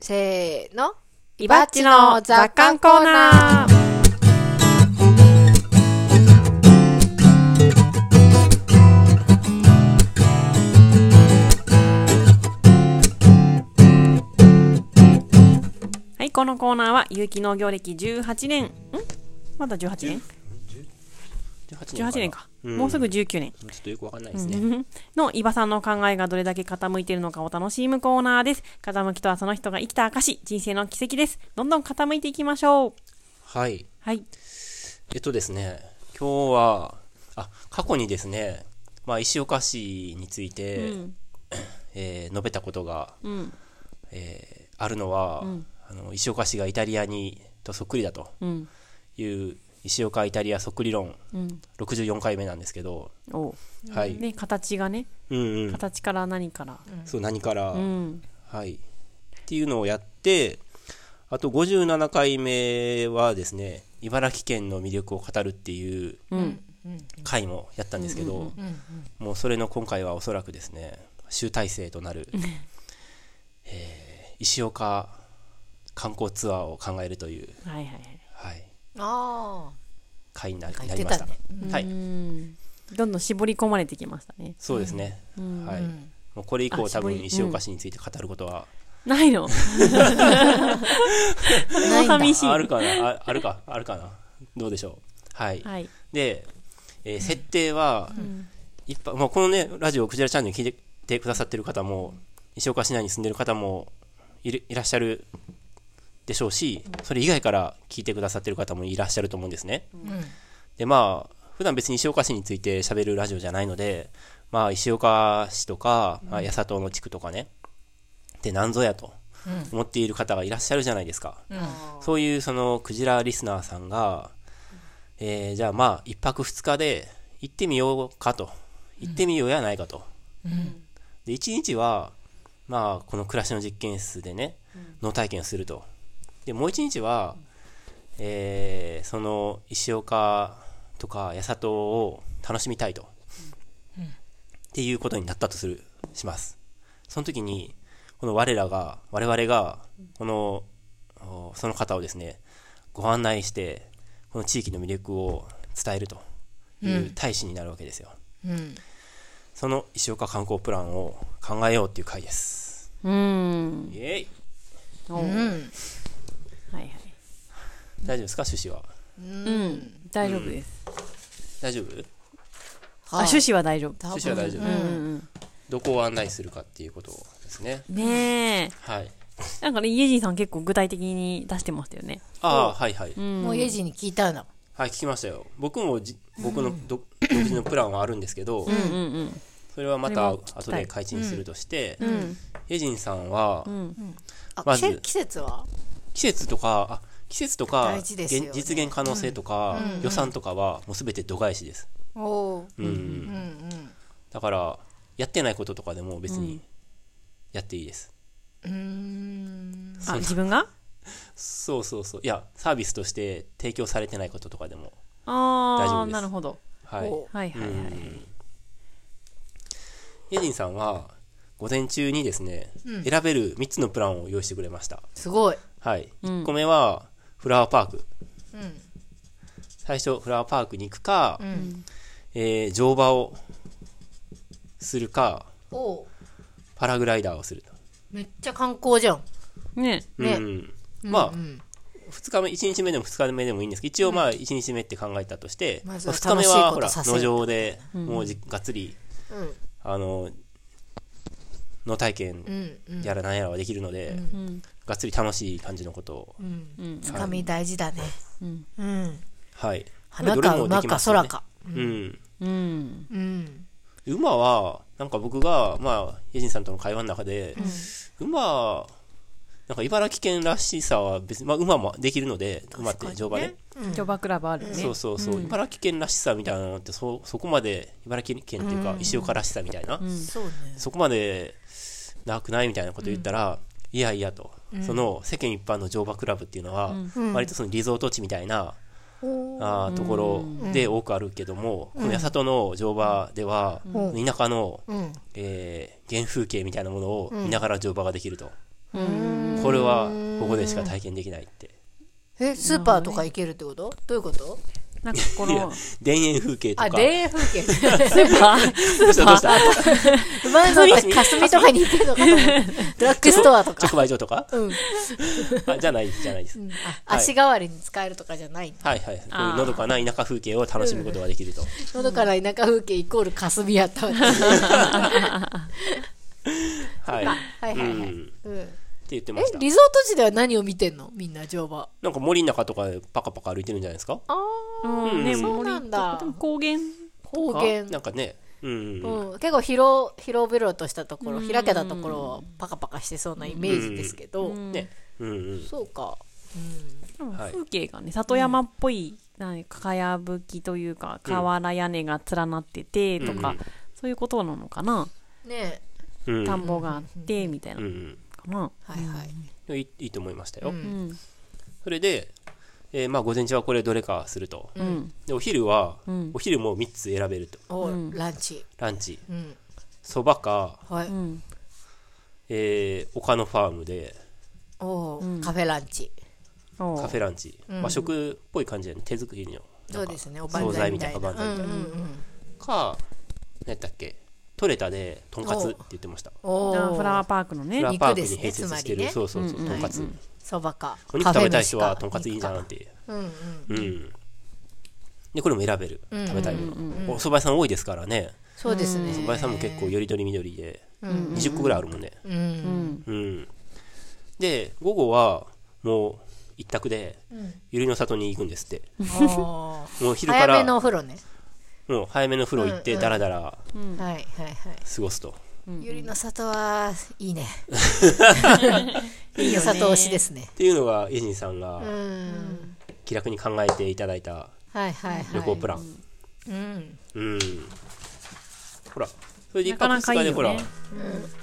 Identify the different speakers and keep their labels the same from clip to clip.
Speaker 1: せーの。
Speaker 2: リバッチの雑感コーナーはい、このコーナーは有機農業歴18年、んまだ18年
Speaker 3: 18
Speaker 2: ?18 年
Speaker 3: か
Speaker 2: か。
Speaker 3: うん
Speaker 2: もうすぐ19年。
Speaker 3: ちょっとよくわかんないですね。
Speaker 2: の伊庭さんの考えがどれだけ傾いているのかお楽しむコーナーです。傾きとはその人が生きた証、人生の奇跡です。どんどん傾いていきましょう。
Speaker 3: はい。
Speaker 2: はい。
Speaker 3: えっとですね、今日は、あ、過去にですね、まあ、石岡市について、
Speaker 2: うん
Speaker 3: えー述べたことが、
Speaker 2: うん。
Speaker 3: えーあるのは、あの、石岡市がイタリアにとそっくりだと
Speaker 2: うん。
Speaker 3: いう、石岡イタリアそっくり論、
Speaker 2: うん。
Speaker 3: 64回目なんですけど、
Speaker 2: おう
Speaker 3: はい。
Speaker 2: で、形がね、
Speaker 3: うんうん。
Speaker 2: 形から何から。
Speaker 3: そう、何から、
Speaker 2: うん。
Speaker 3: はい。っていうのをやって、あと57回目はですね、茨城県の魅力を語るっていう
Speaker 2: うん。
Speaker 3: 回もやったんですけど、もうそれの今回はおそらくですね、集大成となる、えー石岡観光ツアーを考えるという、
Speaker 2: はいはいはい。
Speaker 3: はい、
Speaker 1: あ
Speaker 3: 回にな
Speaker 1: あ。
Speaker 3: な
Speaker 1: 言っ
Speaker 3: り
Speaker 1: て
Speaker 3: ました
Speaker 1: た。ね。
Speaker 3: は
Speaker 2: う
Speaker 3: い。
Speaker 2: ん。どんどん絞り込まれてきましたね。
Speaker 3: そうですね。はい。もうこれ以降
Speaker 2: あ
Speaker 3: 多
Speaker 2: 絞
Speaker 3: 分
Speaker 2: り
Speaker 3: 石岡市について語ることは、
Speaker 2: ないの
Speaker 1: ないんだ
Speaker 2: 寂しい
Speaker 3: ああるかなああるか、あるかなどうでしょう。はい。
Speaker 2: はい。
Speaker 3: で、えー設定は、いっぱいもうこのね、ラジオ、クジラチャンネル聞いてくださってる方も、石岡市内に住んでる方もいるいらっしゃるでしょうし、それ以外から聞いてくださってる方もいらっしゃると思うんですね。で、まあ、普段別に石岡市について喋るラジオじゃないので、まあ、石岡市とか、まあ、八里の地区とかね、って何ぞやと思っている方がいらっしゃるじゃないですか。そういうそのクジラリスナーさんが、えーじゃあまあ一泊二日で行ってみようかと行ってみようやないかと、で一日はまあこの暮らしの実験室でね農体験をするとでもう一日は、えーその石岡とか八里を楽しみたいと、っていうことになったとするしますその時にこの我らが我々がこのおその方をですねご案内してこの地域の魅力を伝えるという大使になるわけですよ、
Speaker 1: うん。
Speaker 3: その石岡観光プランを考えようっていう回です
Speaker 2: うん。
Speaker 3: イエーイ
Speaker 2: おう
Speaker 1: う
Speaker 2: はい
Speaker 1: ん。
Speaker 2: はい。
Speaker 3: 大丈夫ですか趣旨は
Speaker 2: うん。大丈夫です。
Speaker 3: 大丈夫
Speaker 2: あ、趣旨は大丈夫。
Speaker 1: 多分
Speaker 3: 趣旨は大丈夫、
Speaker 2: うんうん
Speaker 3: どこを案内するかっていうことですね
Speaker 2: うん。ねえ。
Speaker 3: はい
Speaker 2: なんかね、イエジンさん結構具体的に出してましたよね。
Speaker 3: ああはいはい、
Speaker 1: もう家人に聞いたの。
Speaker 3: はい聞きましたよ僕もじ僕のど独自のプランはあるんですけど、
Speaker 2: うんうん
Speaker 3: それはま
Speaker 2: それ
Speaker 3: た
Speaker 2: も聞きたい
Speaker 3: 後で開陳するとして、
Speaker 2: うん。うん。
Speaker 3: エジンさんは、
Speaker 1: あ、
Speaker 3: ま
Speaker 1: 季
Speaker 3: ず
Speaker 1: 節季節は
Speaker 3: 季節とかあ季節とか
Speaker 1: 大事ですよね
Speaker 3: 現実現可能性とか、予算とかはもう全て度外視です、
Speaker 1: おおー。
Speaker 3: うんだからやってないこととかでも別にやっていいです、
Speaker 1: うーん。
Speaker 2: あ、自分が
Speaker 3: そうそうそういやサービスとして提供されてないこととかでも大丈
Speaker 2: あ
Speaker 3: 夫
Speaker 2: あ、
Speaker 3: です
Speaker 2: なるほど。
Speaker 3: はい
Speaker 1: お
Speaker 2: はいはいはい。
Speaker 3: エジンさんは午前中にですね、選べる3つのプランを用意してくれました
Speaker 1: すごい。
Speaker 3: はい、
Speaker 2: ん
Speaker 3: 1個目はフラワーパーク、最初フラワーパークに行くか、えー乗馬をするか
Speaker 1: おう
Speaker 3: パラグライダーをすると、
Speaker 1: めっちゃ観光じゃん。
Speaker 2: ね
Speaker 1: ね
Speaker 3: うん、まあ、2日目1日目でも2日目でもいいんですけど一応まあ1日目って考えたとして、
Speaker 1: まずは
Speaker 3: 2日目はほら
Speaker 1: 楽しいことさせる
Speaker 3: 農場でもうじがっつり、
Speaker 1: うん
Speaker 3: あの農体験
Speaker 1: うんうん。
Speaker 3: やらなんやらはできるので、
Speaker 2: ん
Speaker 3: がっつり楽しい感じのことを、
Speaker 1: うん。つかみ大事だね。
Speaker 2: うん。
Speaker 1: うん。
Speaker 3: はい
Speaker 1: 花
Speaker 3: どれ
Speaker 1: か
Speaker 3: も
Speaker 1: 馬
Speaker 3: でき
Speaker 1: か
Speaker 3: ますよ
Speaker 1: 空
Speaker 3: ね
Speaker 1: か。
Speaker 3: うん
Speaker 2: うん。
Speaker 1: うん。
Speaker 3: 馬はなんか僕がまあエジンさんとの会話の中で、馬なんか茨城県らしさは別に、まあ、馬もできるので馬って乗馬ね
Speaker 2: ジョバクラブあるよね。
Speaker 3: そうそうそう、茨城県らしさみたいなのってそそこまで茨城県っていうか石岡らしさみたいな、
Speaker 1: そうね。
Speaker 3: そこまでなくないみたいなこと言ったら、いやいやと、その世間一般の乗馬クラブっていうのは、割とそのリゾート地みたいな、あーところで多くあるけども、この八里の乗馬では、田舎の、えー原風景みたいなものを見ながら乗馬ができると。
Speaker 2: うん。
Speaker 3: これはここでしか体験できないって
Speaker 1: えスーパーとか行けるってことどういうこと
Speaker 2: なんかこ
Speaker 3: いや
Speaker 2: の、
Speaker 3: 田園風景と
Speaker 1: あ
Speaker 3: か
Speaker 1: 田園風景
Speaker 2: スーパー、
Speaker 3: どうしたどう した
Speaker 1: 前の日霞とかに行けるのかと思った ドラッグストアとか
Speaker 3: 直売所とか
Speaker 1: うん
Speaker 3: あじゃないじゃないです、
Speaker 1: あ足代わりに使えるとかじゃない
Speaker 3: はいはいこう
Speaker 2: あ
Speaker 3: い
Speaker 2: ー
Speaker 3: うのどかな田舎風景を楽しむことができると、
Speaker 1: のどかな田舎風景イコール霞やったわけはい
Speaker 3: はい、
Speaker 1: はいはい、
Speaker 3: うん
Speaker 1: うん、え
Speaker 3: って言ってました
Speaker 1: リゾート地では何を見てんのみんな乗馬
Speaker 3: なんか森の中とかでパカパカ歩いてるんじゃないですか
Speaker 2: うん、ね、
Speaker 1: そうなんだ
Speaker 2: 森とでも高原
Speaker 1: 高原
Speaker 3: なんかねうん、うん
Speaker 1: うん、結構広広々としたところ開けたところをパカパカしてそうなイメージですけど、
Speaker 3: ねうんうん
Speaker 1: そうか、
Speaker 2: でも
Speaker 3: はい
Speaker 2: 風景がね、里山っぽい、なんか、かやぶきというか、瓦屋根が連なってて、とか、
Speaker 3: うん
Speaker 2: そういうことなのかな、
Speaker 1: ね
Speaker 3: うん
Speaker 2: 田んぼがあって、みたいな
Speaker 3: う、ん
Speaker 2: かな。
Speaker 1: えはいはい、
Speaker 3: うんいいいいと思いましたよ、
Speaker 1: うん
Speaker 2: うん、
Speaker 3: それで、えーまあ午前中はこれどれかすると、
Speaker 2: うん、
Speaker 3: でお昼は、
Speaker 2: うん
Speaker 3: お昼も3つ選べると
Speaker 1: お
Speaker 2: うん
Speaker 1: ランチ
Speaker 3: ランチ
Speaker 1: うん
Speaker 3: そばか、
Speaker 1: はい、
Speaker 2: うん、
Speaker 3: えー、丘のファームで
Speaker 1: おー
Speaker 2: うん
Speaker 1: カフェランチ
Speaker 2: おう
Speaker 3: カフェランチ、
Speaker 1: うん
Speaker 3: 和食っぽい感じで、ね、手作りの
Speaker 1: そうですねおばん
Speaker 3: 惣
Speaker 1: ざい
Speaker 3: 菜
Speaker 1: み
Speaker 3: みた
Speaker 1: た
Speaker 3: い
Speaker 1: い
Speaker 3: な
Speaker 1: な
Speaker 3: おばんざいみたいなか何やったっけ取れたでとんかつって言ってました
Speaker 1: お
Speaker 2: あ
Speaker 1: ー
Speaker 2: ーフラワーパークのね
Speaker 3: フラ。ワーパークに
Speaker 1: 肉で
Speaker 3: 併
Speaker 1: すね
Speaker 3: 設し
Speaker 1: つまり
Speaker 3: てる、
Speaker 1: ね
Speaker 3: そうそうそう、
Speaker 2: うん
Speaker 3: とんかつ、
Speaker 2: うん
Speaker 1: そばか
Speaker 3: お肉食べたい人はとんかついいじゃんって
Speaker 1: うんうん
Speaker 3: うんでこれも選べる
Speaker 1: うん
Speaker 3: 食べたいもの、
Speaker 2: うん
Speaker 3: お蕎麦屋さん多いですからね
Speaker 1: そうですね
Speaker 3: お蕎麦屋さんも結構よりどりみどりで
Speaker 1: うん
Speaker 3: 20個ぐらいあるもんね
Speaker 1: うん、
Speaker 2: うん、
Speaker 3: うんで午後はもう一択で
Speaker 1: うん
Speaker 3: ゆりの里に行くんです って
Speaker 1: おー
Speaker 3: もう昼か
Speaker 1: 早めの
Speaker 3: ら
Speaker 1: お風呂ね、
Speaker 3: もう早めの風呂行っ
Speaker 1: う
Speaker 3: て
Speaker 1: んうん
Speaker 3: ダラダラ
Speaker 2: うん、
Speaker 1: はいはいはい
Speaker 3: 過ごすと、
Speaker 1: ゆりの里はいいね いいよ里推しですね
Speaker 3: っていうのがエジンさん
Speaker 1: う
Speaker 3: が
Speaker 1: ん
Speaker 3: 気楽に考えていただいた
Speaker 1: はいはいはい
Speaker 3: 旅行プラン、
Speaker 1: うん
Speaker 3: うんほらそれで一
Speaker 2: なか
Speaker 3: 泊
Speaker 2: なか
Speaker 3: 二
Speaker 2: いいよね
Speaker 3: 日でほら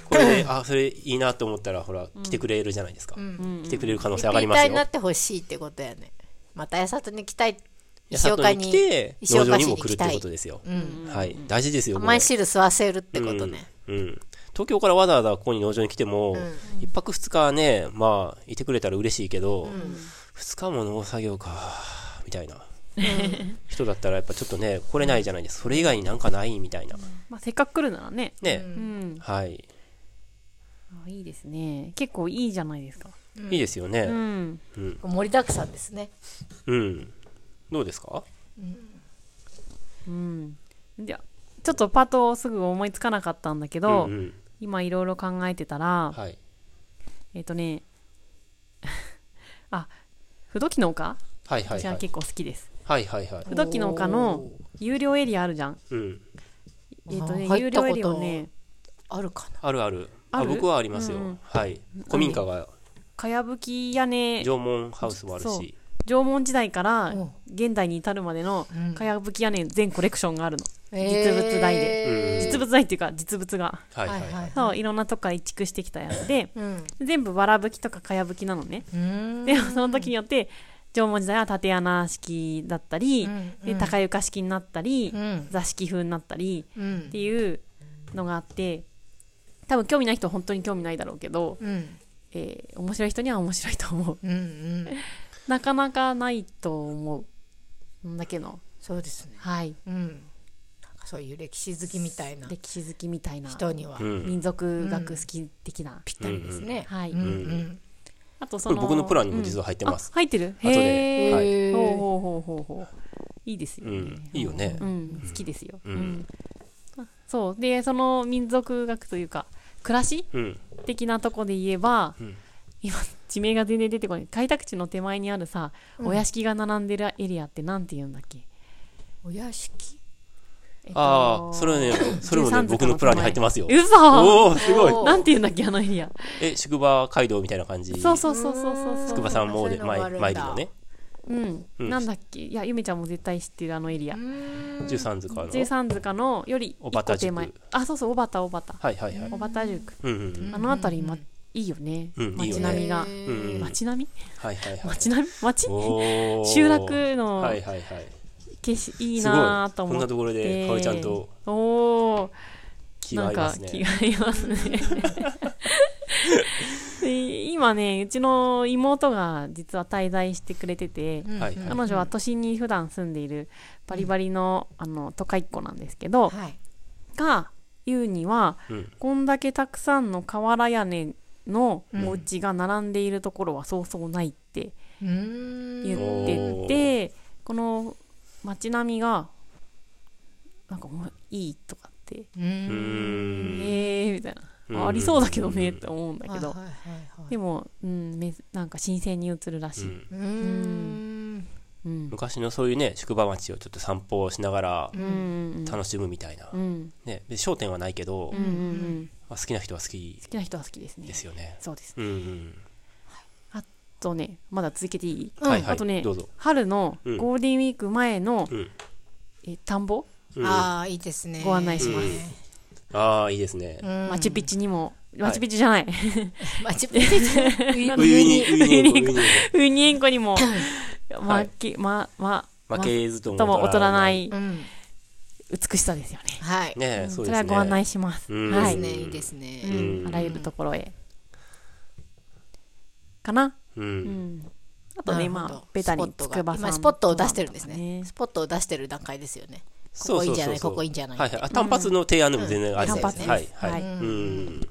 Speaker 3: これであそれいいなと思ったらほら来てくれるじゃないですか、
Speaker 1: ん
Speaker 3: 来てくれる可能
Speaker 1: リピ
Speaker 3: 性上がり
Speaker 1: ー
Speaker 3: ま
Speaker 1: タ
Speaker 3: す
Speaker 1: ー
Speaker 3: よ
Speaker 1: になってほしいってことやねまた八里に来たい
Speaker 3: で
Speaker 1: 石岡
Speaker 3: 里に来
Speaker 1: に
Speaker 3: て
Speaker 1: 石
Speaker 3: 農場
Speaker 1: 岡
Speaker 3: に
Speaker 1: 市
Speaker 3: も
Speaker 1: に
Speaker 3: 来る
Speaker 1: 来
Speaker 3: って
Speaker 1: たい
Speaker 3: ことですよ、
Speaker 1: うん
Speaker 3: はい大事ですよこ
Speaker 1: 甘
Speaker 3: れ
Speaker 1: い汁吸わせるってことね
Speaker 3: うん、うん東京からわざわざここに農場に来ても、一泊二日はねまあいてくれたら嬉しいけど、二日も農作業かみたいな、人だったらやっぱちょっとね来れないじゃないですかそれ以外になんかないみたいな
Speaker 2: まあ、せっかく来るならね。
Speaker 3: ね、
Speaker 2: うん、
Speaker 3: はい、
Speaker 2: あいいですね。結構いいじゃないですか。
Speaker 3: いいですよね、
Speaker 2: うん、
Speaker 1: 盛りだくさんですね
Speaker 3: うん。どうですか
Speaker 2: うん。じゃあちょっとパッとすぐ思いつかなかったんだけど、
Speaker 3: うんうん、
Speaker 2: 今いろいろ考えてたら、
Speaker 3: はい。
Speaker 2: えっ、とね、 あ、不動機の丘
Speaker 3: はいはい
Speaker 2: 私は
Speaker 3: はい。
Speaker 2: 結構好きです。
Speaker 3: はいはいはい。
Speaker 2: 不動機の丘の有料エリアあるじゃん。
Speaker 3: うん。
Speaker 2: えっ、とね
Speaker 1: あ、ー
Speaker 2: 有料エリアをね、
Speaker 1: あるかな
Speaker 3: あるある。
Speaker 2: あ
Speaker 3: あ、
Speaker 2: る
Speaker 3: 僕はありますよ。はい。古民家が、
Speaker 2: かやぶき屋根、
Speaker 3: 縄文ハウスもある
Speaker 2: そう
Speaker 3: し。
Speaker 2: 縄文時代から
Speaker 1: うん
Speaker 2: 現代に至るまでの
Speaker 1: ん
Speaker 2: かやぶき屋根全コレクションがあるの。
Speaker 1: 実
Speaker 2: 物大で
Speaker 3: うん
Speaker 2: 実物大っていうか、実物が。
Speaker 3: はいはい
Speaker 1: は
Speaker 3: はいい。
Speaker 2: そう、いろんなとこから移築してきたやつで、
Speaker 1: うん
Speaker 2: 全部わらぶきとかかやぶきなのね。
Speaker 1: うん
Speaker 2: でもその時によって縄文時代は竪穴式だったり、
Speaker 1: うん
Speaker 2: で高床式になったり、
Speaker 1: うん
Speaker 2: 座敷風になったり
Speaker 1: う
Speaker 2: っ
Speaker 1: ん
Speaker 2: ていうのがあって多分興味ない人は本当に興味ないだろうけど、
Speaker 1: うん
Speaker 2: えー面白い人には面白いと思う
Speaker 1: うん
Speaker 2: なかなかないと思うこんだけの
Speaker 1: そうですね
Speaker 2: はい
Speaker 1: うんなんかそういう歴史好きみたいな
Speaker 2: 歴史好きみたいな
Speaker 1: 人には
Speaker 3: うん。
Speaker 2: 民族学好き的な、
Speaker 1: ぴったりですね
Speaker 2: はい、
Speaker 1: うん
Speaker 2: あとそ
Speaker 3: これ
Speaker 2: の
Speaker 3: 僕のプランにも
Speaker 2: は
Speaker 3: 実は入ってます。
Speaker 2: 入ってる
Speaker 3: 後で
Speaker 2: へー
Speaker 3: はい
Speaker 1: へー
Speaker 2: ほうほうほうほうほういいですよ
Speaker 3: う
Speaker 2: ね、
Speaker 3: ん。いいよね
Speaker 2: う。ん、好きですよ。
Speaker 3: うん
Speaker 2: あそうでその民族学というか暮らし
Speaker 3: うん。
Speaker 2: 的なとこで言えば、
Speaker 3: うん
Speaker 2: 今地名が全然出てこない開拓地の手前にあるさ、お屋敷が並んでるエリアってなんて言うんだっけ、
Speaker 1: お屋敷
Speaker 2: えっと
Speaker 3: ああ、それはね、それもね、
Speaker 2: 13
Speaker 3: 僕のプランに入ってますよ。
Speaker 2: 嘘
Speaker 3: おおすごい
Speaker 1: おー
Speaker 2: なんて言うんだっけあのエリア
Speaker 3: え、宿場街道みたいな感じ。
Speaker 2: そうそうそうそうそう
Speaker 3: 筑波
Speaker 2: そう
Speaker 3: 山もで、
Speaker 1: そういうのもあ
Speaker 3: 参
Speaker 1: るんだ
Speaker 3: 参りのね、
Speaker 2: うん、
Speaker 3: うん
Speaker 2: なんだっけいやゆめちゃんも絶対知ってるあのエリア
Speaker 3: 十三塚の。はい
Speaker 2: 13塚のより一個手前
Speaker 3: 小幡
Speaker 2: あそうそう小畑小畑
Speaker 3: はいはい。
Speaker 2: 小畑塾
Speaker 3: うんうん。
Speaker 2: あの辺り、ま、いいよね。
Speaker 3: うんいいよ
Speaker 2: 街
Speaker 3: ね
Speaker 2: 並みが。
Speaker 3: うんうん。
Speaker 2: 街並み
Speaker 3: はいはいはい。
Speaker 2: 街並み街
Speaker 3: おー
Speaker 2: 集落の
Speaker 3: はいはいはい。
Speaker 2: 景色いいなぁと
Speaker 3: すごいこん
Speaker 2: 思っ
Speaker 3: な
Speaker 2: て。
Speaker 3: ところで、かおりちゃんと
Speaker 2: おー
Speaker 3: 気
Speaker 2: な
Speaker 3: が合
Speaker 2: ん
Speaker 3: いま
Speaker 2: か
Speaker 3: す
Speaker 2: 気
Speaker 3: ね
Speaker 2: が。合いますね。で 今ね、うちの妹が実は滞在してくれてて、
Speaker 1: うん
Speaker 3: はいはい
Speaker 2: 彼女は都心に普段住んでいるバリバリの,、あの都会っ子なんですけど、
Speaker 1: はい
Speaker 2: が言うには、
Speaker 3: うん
Speaker 2: こんだけたくさんの瓦屋根のお家が並んでいるところはそうそうないって
Speaker 1: うー
Speaker 2: 言
Speaker 1: ん
Speaker 2: ってて、この街並みがなんかもういいとかって、
Speaker 1: う
Speaker 3: う
Speaker 1: ーん
Speaker 3: ん。
Speaker 2: えーみたいな、あ
Speaker 3: うん
Speaker 2: ありそうだけどねって思うんだけど、
Speaker 1: はいはいはいはい
Speaker 2: でも、うん、めなんか新鮮に映るら
Speaker 3: う
Speaker 2: しい、
Speaker 3: ん
Speaker 1: うーん
Speaker 2: うん
Speaker 3: 昔のそういうね、宿場町をちょっと散歩をしながら
Speaker 2: うんうん
Speaker 3: 楽しむみたいな
Speaker 2: う。ん
Speaker 3: ね、で商店はないけど
Speaker 2: うんう、んうん
Speaker 3: まあ好きな人は好き
Speaker 2: 好きな人は好きですね
Speaker 3: ですよね。
Speaker 2: そうです
Speaker 3: うんうん。
Speaker 2: あとねまだ続けていい、
Speaker 3: はいは
Speaker 2: あとね
Speaker 3: い。どうぞ。
Speaker 2: 春の
Speaker 3: うん
Speaker 2: ゴールデンウィーク前の、
Speaker 3: うん
Speaker 2: え田んぼ
Speaker 3: うんあ
Speaker 1: ああいいですね
Speaker 2: ご案内します
Speaker 3: あー、いいですね。
Speaker 2: マチュピチュにも、
Speaker 3: い
Speaker 2: マチュピチュじゃない、
Speaker 1: マチュピチュ
Speaker 3: ウユニ、ウユニ、ウユニ。
Speaker 2: ウニエンコに も、
Speaker 3: は
Speaker 2: 負
Speaker 3: い
Speaker 2: け、ま、ま、
Speaker 3: 負けずと
Speaker 2: とも
Speaker 3: も
Speaker 2: 劣らな。い
Speaker 1: うん
Speaker 2: 美しさですよね。
Speaker 1: はい
Speaker 3: ねえ、そう
Speaker 2: そ
Speaker 3: ですね。
Speaker 2: れはご案内します。
Speaker 3: うん
Speaker 1: いい
Speaker 2: は
Speaker 1: です
Speaker 2: い。
Speaker 1: ねいいですね
Speaker 2: うんあらゆるところへ。かな
Speaker 3: う。
Speaker 2: うんん。あと
Speaker 1: なる
Speaker 2: ね、
Speaker 1: ほど
Speaker 2: まあ、ベタ
Speaker 1: ス
Speaker 2: に
Speaker 1: ポッ
Speaker 2: つ
Speaker 1: トが
Speaker 2: くばさ
Speaker 1: 今
Speaker 2: ん。
Speaker 1: スポットを出してるんですね
Speaker 2: と
Speaker 1: スポットを出してる段階ですよねこ
Speaker 3: そう
Speaker 1: こいい
Speaker 3: そ
Speaker 1: ん
Speaker 3: う
Speaker 1: じゃ
Speaker 3: そ
Speaker 1: な
Speaker 3: う
Speaker 1: い
Speaker 3: そう
Speaker 1: ここいいんじゃない
Speaker 3: はいはい。あ単発の提案でも全然ありです
Speaker 1: うん単発
Speaker 3: はい
Speaker 1: ね
Speaker 3: はい。
Speaker 2: はい
Speaker 3: うん。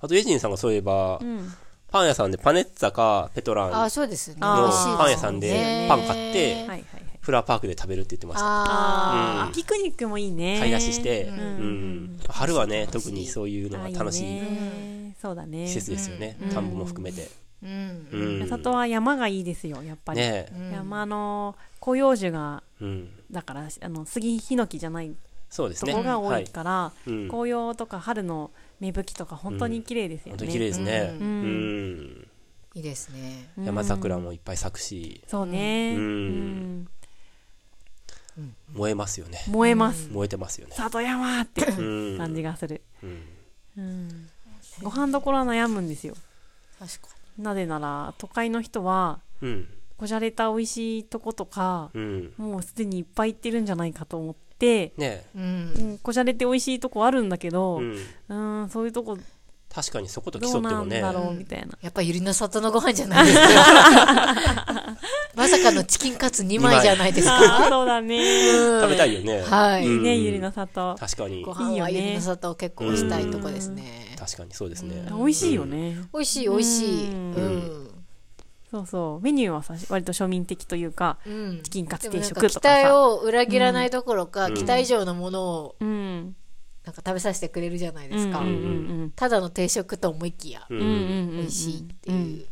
Speaker 3: あと、エジンさんがそういえば
Speaker 2: か、ねうん。
Speaker 3: パン屋さんでパネッツァかペトラン
Speaker 1: ああ
Speaker 3: の
Speaker 1: そうですね
Speaker 2: あー
Speaker 1: 美味しいです
Speaker 3: パン屋さんで
Speaker 1: ね
Speaker 3: パン買って
Speaker 2: はいはいはい。
Speaker 3: フラワーパークで食べるって言ってました。
Speaker 1: あ
Speaker 2: あ
Speaker 3: う
Speaker 2: ー
Speaker 3: ん
Speaker 2: ピクニックもいいね。
Speaker 3: 買い出しして、
Speaker 1: うん
Speaker 3: うん春はね、特にそういうの
Speaker 2: あ
Speaker 3: が
Speaker 2: ー。
Speaker 3: 楽しい
Speaker 2: ね。そうだね。
Speaker 3: 季節ですよね
Speaker 2: うん。
Speaker 3: 田んぼも含めて。
Speaker 1: あうん
Speaker 3: う
Speaker 2: 八
Speaker 3: ん。
Speaker 2: 里は山がいいですよ、やっぱり。
Speaker 3: ねえ。
Speaker 2: 山の広葉樹が
Speaker 3: うん。
Speaker 2: だからあの杉ヒノキじゃない
Speaker 3: そうです
Speaker 2: と
Speaker 3: ね。
Speaker 2: こが多
Speaker 3: はいい。
Speaker 2: から、
Speaker 3: うん。本
Speaker 2: 紅葉とか春の芽吹きとか本当に綺麗ですよね。
Speaker 3: 当に綺麗ですね。
Speaker 1: う
Speaker 3: うんん。
Speaker 1: いいですね
Speaker 2: うん
Speaker 3: 山桜もいっぱい咲くし、
Speaker 2: そうね、
Speaker 3: うん
Speaker 2: うん
Speaker 3: 燃えますよね。
Speaker 2: 燃えます。
Speaker 3: 燃えてますよね。
Speaker 2: 里山って
Speaker 3: うん。
Speaker 2: 感じがする。
Speaker 3: うん。
Speaker 2: うんご飯どころは悩むんですよ。
Speaker 1: 確か
Speaker 2: なぜなら都会の人は
Speaker 3: うん。
Speaker 2: こじゃれた美味しいとことか
Speaker 3: うん。
Speaker 2: もうすでにいっぱい行ってるんじゃないかと思って、
Speaker 3: ね
Speaker 1: にう
Speaker 2: うんん、こじゃれて美味しいとこあるんだけ
Speaker 3: え。
Speaker 2: ど、
Speaker 3: う
Speaker 2: うん
Speaker 3: ん。
Speaker 2: そういうとこ
Speaker 3: 確かにそこと競っ
Speaker 2: ど
Speaker 3: て
Speaker 2: うな
Speaker 3: も
Speaker 2: ん
Speaker 3: ね。
Speaker 2: だろうみたいな。
Speaker 1: やっぱゆりの里のご飯じゃないです かまさかのチキンカツ2枚じゃないですか
Speaker 2: ああそうだね。
Speaker 3: 食べたいよね。
Speaker 1: はい
Speaker 3: うん
Speaker 2: ねゆりの里。
Speaker 3: 確かに
Speaker 1: ご。飯はゆりの里を結構推したいとこですね
Speaker 3: 確かにそうですね。
Speaker 2: 美味しいよね。
Speaker 1: 美味しい美味しい
Speaker 2: うん
Speaker 1: うん
Speaker 2: そうそうメニューはさ割と庶民的というか、
Speaker 1: うん
Speaker 2: チキンカツ
Speaker 1: で
Speaker 2: 定
Speaker 1: もなんか
Speaker 2: 食と
Speaker 1: 期
Speaker 2: か
Speaker 1: 待
Speaker 2: さ。
Speaker 1: を裏切らないどころか、
Speaker 3: うん
Speaker 1: 期待以上のものを
Speaker 2: うん。
Speaker 1: なんか食べさせてくれるじゃないですか、
Speaker 2: うんうん
Speaker 1: ただの定食と思いきや
Speaker 3: う
Speaker 2: うん。うんうんう
Speaker 3: ん。
Speaker 2: んうん。
Speaker 1: 美味しいっていう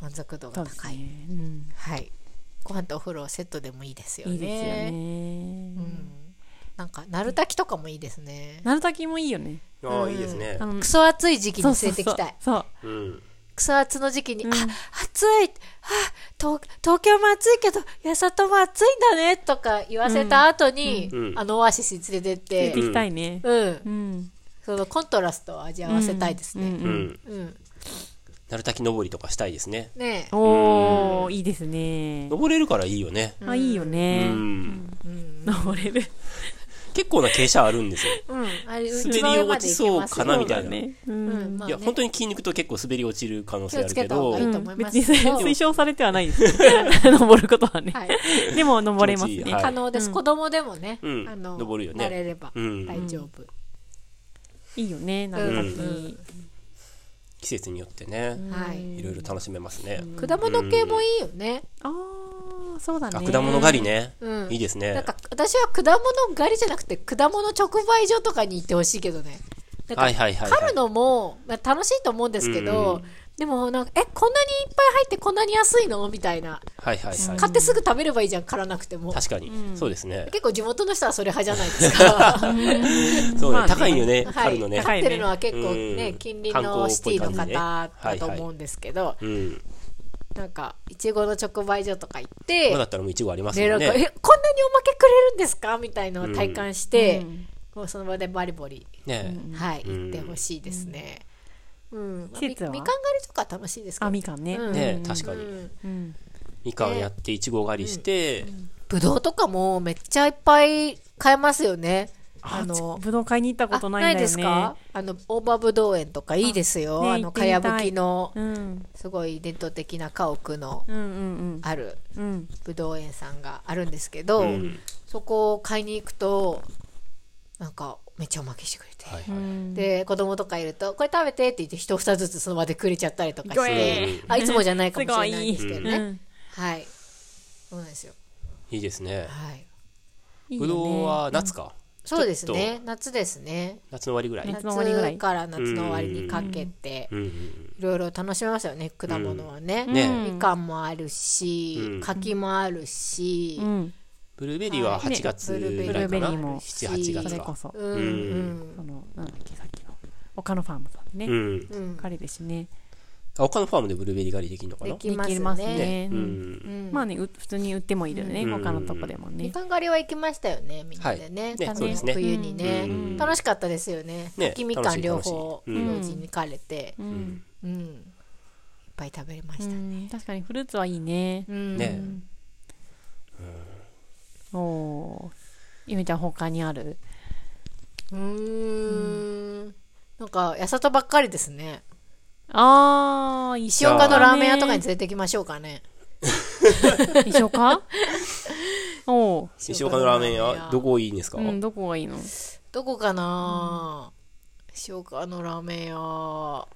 Speaker 1: 満足度
Speaker 2: そ
Speaker 1: が
Speaker 2: うです
Speaker 1: 高い、
Speaker 2: ね。うん
Speaker 1: はいご飯とお風呂はセットでもいいですよね
Speaker 2: いいですよ
Speaker 1: う
Speaker 2: ね。
Speaker 1: ん、なんか鳴る炊きとかもいいですね
Speaker 2: なるたきもいいよね。
Speaker 3: ああ、いいですね
Speaker 2: あ。の
Speaker 1: クソ暑い時期に
Speaker 2: そう
Speaker 1: 連
Speaker 2: そ
Speaker 1: れ
Speaker 2: うそ
Speaker 1: て
Speaker 2: う
Speaker 1: きたい
Speaker 2: そう。
Speaker 3: うん。
Speaker 1: クソ暑の時期に、
Speaker 2: うん
Speaker 1: あ暑いあ東東京も暑いけど八里も暑いんだねとか言わせた後に、
Speaker 3: うんうん
Speaker 1: あのオアシスに連れてっ
Speaker 2: 出
Speaker 1: て
Speaker 2: て、きたいね。
Speaker 1: うん、
Speaker 2: うん。
Speaker 1: そのコントラストを味合わせたいです
Speaker 2: う
Speaker 1: ね。
Speaker 3: うんん。
Speaker 1: うん。
Speaker 3: なるたき登りとかしたいですね。
Speaker 1: ね
Speaker 2: うん。おおいいですね。
Speaker 3: 登れるからいいよね。
Speaker 2: あいいよ
Speaker 3: う
Speaker 2: ね。
Speaker 3: ん。
Speaker 1: え。うん。
Speaker 2: 登れる。
Speaker 3: 結構な傾斜あるんですよ。
Speaker 1: うん。あれ、
Speaker 3: 滑り落ちそうかなみたい
Speaker 2: そ
Speaker 3: な
Speaker 2: うだねう。
Speaker 1: うんん。まあ、ね、
Speaker 3: いや、本当に筋肉と結構滑り落ちる可能性ある
Speaker 1: 気
Speaker 3: け
Speaker 1: をつけ
Speaker 3: ど
Speaker 1: た方がい、いと思います
Speaker 2: 別にそれ推奨されてはないです。登ることはね。
Speaker 1: はい。
Speaker 2: でも登れます
Speaker 3: 気持ちいい
Speaker 2: ね
Speaker 3: はい。
Speaker 1: 可能です。
Speaker 2: うん
Speaker 1: 子供でもね、
Speaker 3: うん
Speaker 1: あの、
Speaker 3: 登るよね
Speaker 1: 慣れれば
Speaker 3: うん
Speaker 1: 大丈夫。
Speaker 2: いいよね、なるたき。
Speaker 3: 季節によってね、
Speaker 1: はい。
Speaker 3: いろいろ楽しめますね。
Speaker 1: 果物系もいいよね。
Speaker 2: ああ、そうだ
Speaker 3: あ、
Speaker 2: ね。
Speaker 3: 果物狩りね
Speaker 1: う。ん
Speaker 3: いいです
Speaker 1: なん
Speaker 3: ね。
Speaker 1: か、私は果物狩りじゃなくて、果物直売所とかに行ってほしいけどね。なん
Speaker 3: はい
Speaker 1: か、
Speaker 3: はいはいはい。
Speaker 1: 狩るのも、まあ、楽しいと思うんですけ
Speaker 3: う
Speaker 1: ど、でも、なんか、え、こんなにいっぱい入ってこんなに安いのみたいな。
Speaker 3: はいはいはい。
Speaker 1: 買ってすぐ食べればいいじゃん、狩らなくても。
Speaker 3: 確かに。そうですね。
Speaker 1: 結構地元の人はそれ派じゃないですか。
Speaker 3: そう
Speaker 2: まあね
Speaker 3: ね。高いよね、
Speaker 1: は
Speaker 3: 狩
Speaker 1: い、
Speaker 3: るのね。
Speaker 2: 高い
Speaker 1: 飼ってるのは結構
Speaker 3: う
Speaker 1: ね、
Speaker 3: ん
Speaker 1: 近隣のシティの方だと思うんですけど、
Speaker 3: うん。
Speaker 1: なんか、いちごの直売所とか行っ
Speaker 3: 今だ
Speaker 1: て、
Speaker 3: ったらもうイチゴあります
Speaker 1: でな
Speaker 3: も
Speaker 1: ん
Speaker 3: ん
Speaker 1: か
Speaker 3: ね。
Speaker 1: え、こんなにおまけくれるんですかみたいのを体感して、
Speaker 2: うん
Speaker 1: もうその場でバリバリ、
Speaker 3: ね
Speaker 1: はい、
Speaker 3: うん
Speaker 1: 行ってほしいですね。うん。まあ
Speaker 2: 季
Speaker 1: みみ
Speaker 2: 節
Speaker 1: か
Speaker 2: は
Speaker 1: ん狩りとか楽しいですけ
Speaker 2: あ、
Speaker 1: どね。
Speaker 2: みかんね。
Speaker 1: うん
Speaker 3: ね確か
Speaker 1: う
Speaker 3: に。
Speaker 1: ん
Speaker 2: うん
Speaker 3: みかんやって、いちご狩りして、
Speaker 1: ぶどうとかもめっちゃいっぱい買えますよね。
Speaker 2: あ
Speaker 1: あの
Speaker 2: 武道会に行ったことないんだよね。
Speaker 1: ですかあの大葉ぶどう園とかいいですよ
Speaker 2: ね
Speaker 1: あ,、
Speaker 2: 行
Speaker 1: の
Speaker 2: っ
Speaker 1: か
Speaker 2: てみたい
Speaker 1: やぶきの
Speaker 2: うんうん
Speaker 1: すごい伝統的な家屋の
Speaker 2: うんうん
Speaker 1: ある
Speaker 2: うん。
Speaker 1: ぶどう園さんがあるんですけど、
Speaker 3: うん
Speaker 1: そこを買いに行くとなんかめっちゃおまけしてくれて、
Speaker 3: はい
Speaker 2: うんうん
Speaker 1: で子供とかいると「これ食べて」って言って一房ずつその場でくれちゃったりとかし
Speaker 2: ご
Speaker 1: て
Speaker 2: え
Speaker 1: あいつもじゃないかもしれないんですけど
Speaker 2: う
Speaker 1: ね、
Speaker 2: ん
Speaker 1: はいそうなんですよ
Speaker 3: いいですね
Speaker 1: はい
Speaker 2: いいよ
Speaker 3: ぶ
Speaker 2: ね
Speaker 3: どうは夏か、
Speaker 1: そうですね夏ですね
Speaker 3: 夏の終わりぐらい、
Speaker 2: 夏の終わりぐらい
Speaker 1: 夏から夏の終わりにかけて
Speaker 3: うんうん
Speaker 1: いろいろ楽しめますよね果物はね,、
Speaker 3: うんね
Speaker 2: うん
Speaker 1: みかんもあるし、
Speaker 3: うん
Speaker 1: 柿もあるし、
Speaker 2: うん。
Speaker 3: ブルーベリーは8月
Speaker 1: ね
Speaker 3: ぐらい
Speaker 2: ブ
Speaker 3: かな、
Speaker 2: ルーベリーも
Speaker 3: 78
Speaker 2: そ
Speaker 3: 月
Speaker 2: れ
Speaker 3: か
Speaker 2: こそ
Speaker 1: うんう
Speaker 2: そ
Speaker 1: ん
Speaker 2: のなんだっけさっきの岡野ファームさんでね。
Speaker 3: うん
Speaker 1: うん
Speaker 2: 彼ですしね。
Speaker 3: あ他のファームでブルーベリー狩りできるのかな
Speaker 1: できます
Speaker 2: で
Speaker 1: ね
Speaker 2: きますね
Speaker 3: う
Speaker 2: うん
Speaker 3: ん
Speaker 1: うん
Speaker 2: まあねう普通に売ってもいいよね。
Speaker 3: うん
Speaker 2: 他のとこでもね
Speaker 1: み。かん狩りは行きましたよねみんなでね,、
Speaker 3: はいね
Speaker 1: あ
Speaker 3: そうです
Speaker 1: の
Speaker 3: ね
Speaker 1: 冬にね、
Speaker 3: うん
Speaker 1: 楽しかったですよね
Speaker 3: ね
Speaker 1: 秋みかん両方
Speaker 3: 楽しい楽
Speaker 1: 同
Speaker 3: しいうん
Speaker 1: 時に狩れて、
Speaker 2: う
Speaker 1: うんん
Speaker 3: うん
Speaker 1: いっぱい食べれました、
Speaker 2: うん確かにフルーツはいいね
Speaker 1: う。ん
Speaker 3: ね
Speaker 2: おおー。ゆめちゃん他にある。
Speaker 1: うーんなんかやさとばっかりですね
Speaker 2: ああ
Speaker 1: 石
Speaker 2: 石
Speaker 1: 岡
Speaker 2: 岡
Speaker 1: の
Speaker 2: の
Speaker 1: ラ
Speaker 2: ラ
Speaker 1: ー
Speaker 2: ー
Speaker 1: メ
Speaker 2: メ
Speaker 1: ン
Speaker 2: ン
Speaker 1: 屋
Speaker 2: 屋
Speaker 1: と
Speaker 2: と
Speaker 1: か
Speaker 2: か
Speaker 1: に
Speaker 2: に
Speaker 1: 連れてきましょうかね
Speaker 2: 石岡？おお。
Speaker 3: 石岡のラーメン屋どこいいんですか、
Speaker 2: うんどこがいいの？
Speaker 1: どこかな、塩川のラーメン屋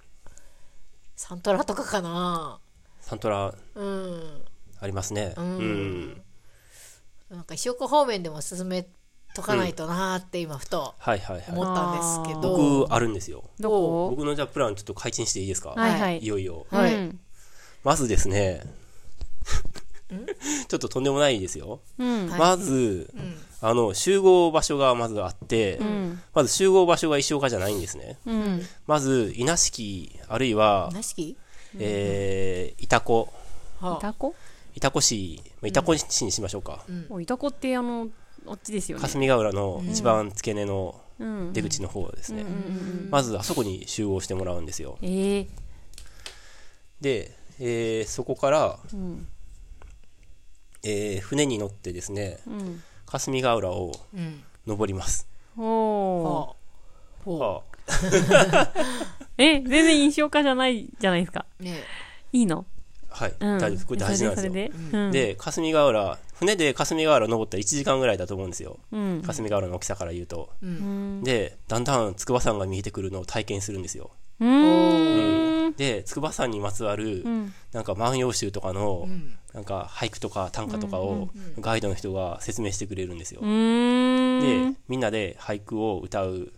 Speaker 1: サントラとかかな
Speaker 3: サントラ
Speaker 1: うん
Speaker 3: ありますね
Speaker 1: うん
Speaker 3: うん
Speaker 1: なんか塩川方面でも進めとかないとなーって今ふと
Speaker 3: はいはいはい
Speaker 1: 思ったんですけど、
Speaker 3: 僕あるんですよ
Speaker 2: どこ？
Speaker 3: 僕のじゃあプランちょっと開陳していいですか、
Speaker 2: はいはいい。
Speaker 3: よいよ
Speaker 1: はい
Speaker 2: うん
Speaker 3: まずですね ちょっととんでもないですよ、
Speaker 2: うん
Speaker 1: はい
Speaker 3: まず、あの集合場所がまずあって、
Speaker 2: ん
Speaker 3: まず集合場所が石岡じゃないんですね
Speaker 2: うん
Speaker 3: まず稲敷あるいは、
Speaker 1: なしき
Speaker 3: えー、潮来
Speaker 1: は
Speaker 2: イタコ？
Speaker 3: 潮来市まあ潮来市にしましょうか、
Speaker 2: おイタコってあのあっちですよね。
Speaker 3: 霞ヶ浦の一番付け根の
Speaker 2: うん。
Speaker 3: 出口の方ですね、
Speaker 2: うんうん
Speaker 3: まずあそこに集合してもらうんですよ
Speaker 2: ええ。
Speaker 3: で、えーそこから、
Speaker 2: うん
Speaker 3: えー船に乗ってですね
Speaker 2: うん。
Speaker 3: 霞ヶ浦を
Speaker 1: うん
Speaker 3: 登ります、
Speaker 2: おお。
Speaker 1: はほ
Speaker 3: はあ
Speaker 2: え、全然印象化じゃないじゃないですか。
Speaker 1: うね
Speaker 2: いいの、
Speaker 3: はい、
Speaker 2: うん、
Speaker 3: 大丈夫ですこれ大事なんですよ
Speaker 2: それ
Speaker 3: で
Speaker 2: でそれで、うん、
Speaker 3: 霞ヶ浦船で霞ヶ浦登ったら1時間ぐらいだと思うんですよ
Speaker 2: うん。
Speaker 3: 霞ヶ浦の大きさから言うと、
Speaker 2: うん。
Speaker 3: でだんだん筑波山が見えてくるのを体験するんですよ、
Speaker 2: うーん。
Speaker 3: で筑波山にまつわる、
Speaker 2: うん。
Speaker 3: なんか万葉集とかの、
Speaker 1: ん
Speaker 3: なんか俳句とか短歌とかをガイドの人が説明してくれるんですよ、
Speaker 2: うーん
Speaker 3: でみんなで俳句を歌う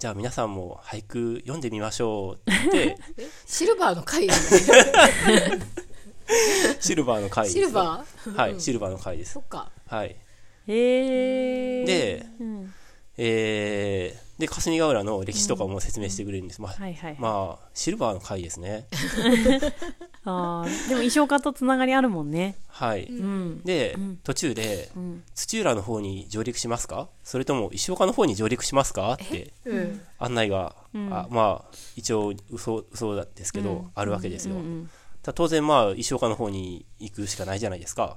Speaker 3: じゃあ皆さんも俳句読んでみましょ うって
Speaker 1: えシルバーの会よね
Speaker 3: シルバーの会です
Speaker 1: シ
Speaker 3: よ
Speaker 1: ルバー
Speaker 3: はい、シルバーの会です
Speaker 1: そっか
Speaker 3: はい
Speaker 2: へえ。
Speaker 3: で
Speaker 2: うん、
Speaker 3: えーで霞ヶ浦の歴史とかも説明してくれるんです、まあ、
Speaker 2: はいはい。
Speaker 3: まあシルバーの会ですね
Speaker 2: あーでも衣装化とつながりあるもんね。
Speaker 3: はい、
Speaker 2: うん。
Speaker 3: で、途中で、
Speaker 2: ん
Speaker 3: 土浦の方に上陸しますかそれとも石岡の方に上陸しますかって
Speaker 1: うん
Speaker 3: 案内が、あまあ一応嘘嘘だですけど、あるわけですよ、
Speaker 2: うん。
Speaker 3: ただ当然まあ石岡の方に行くしかないじゃないですか、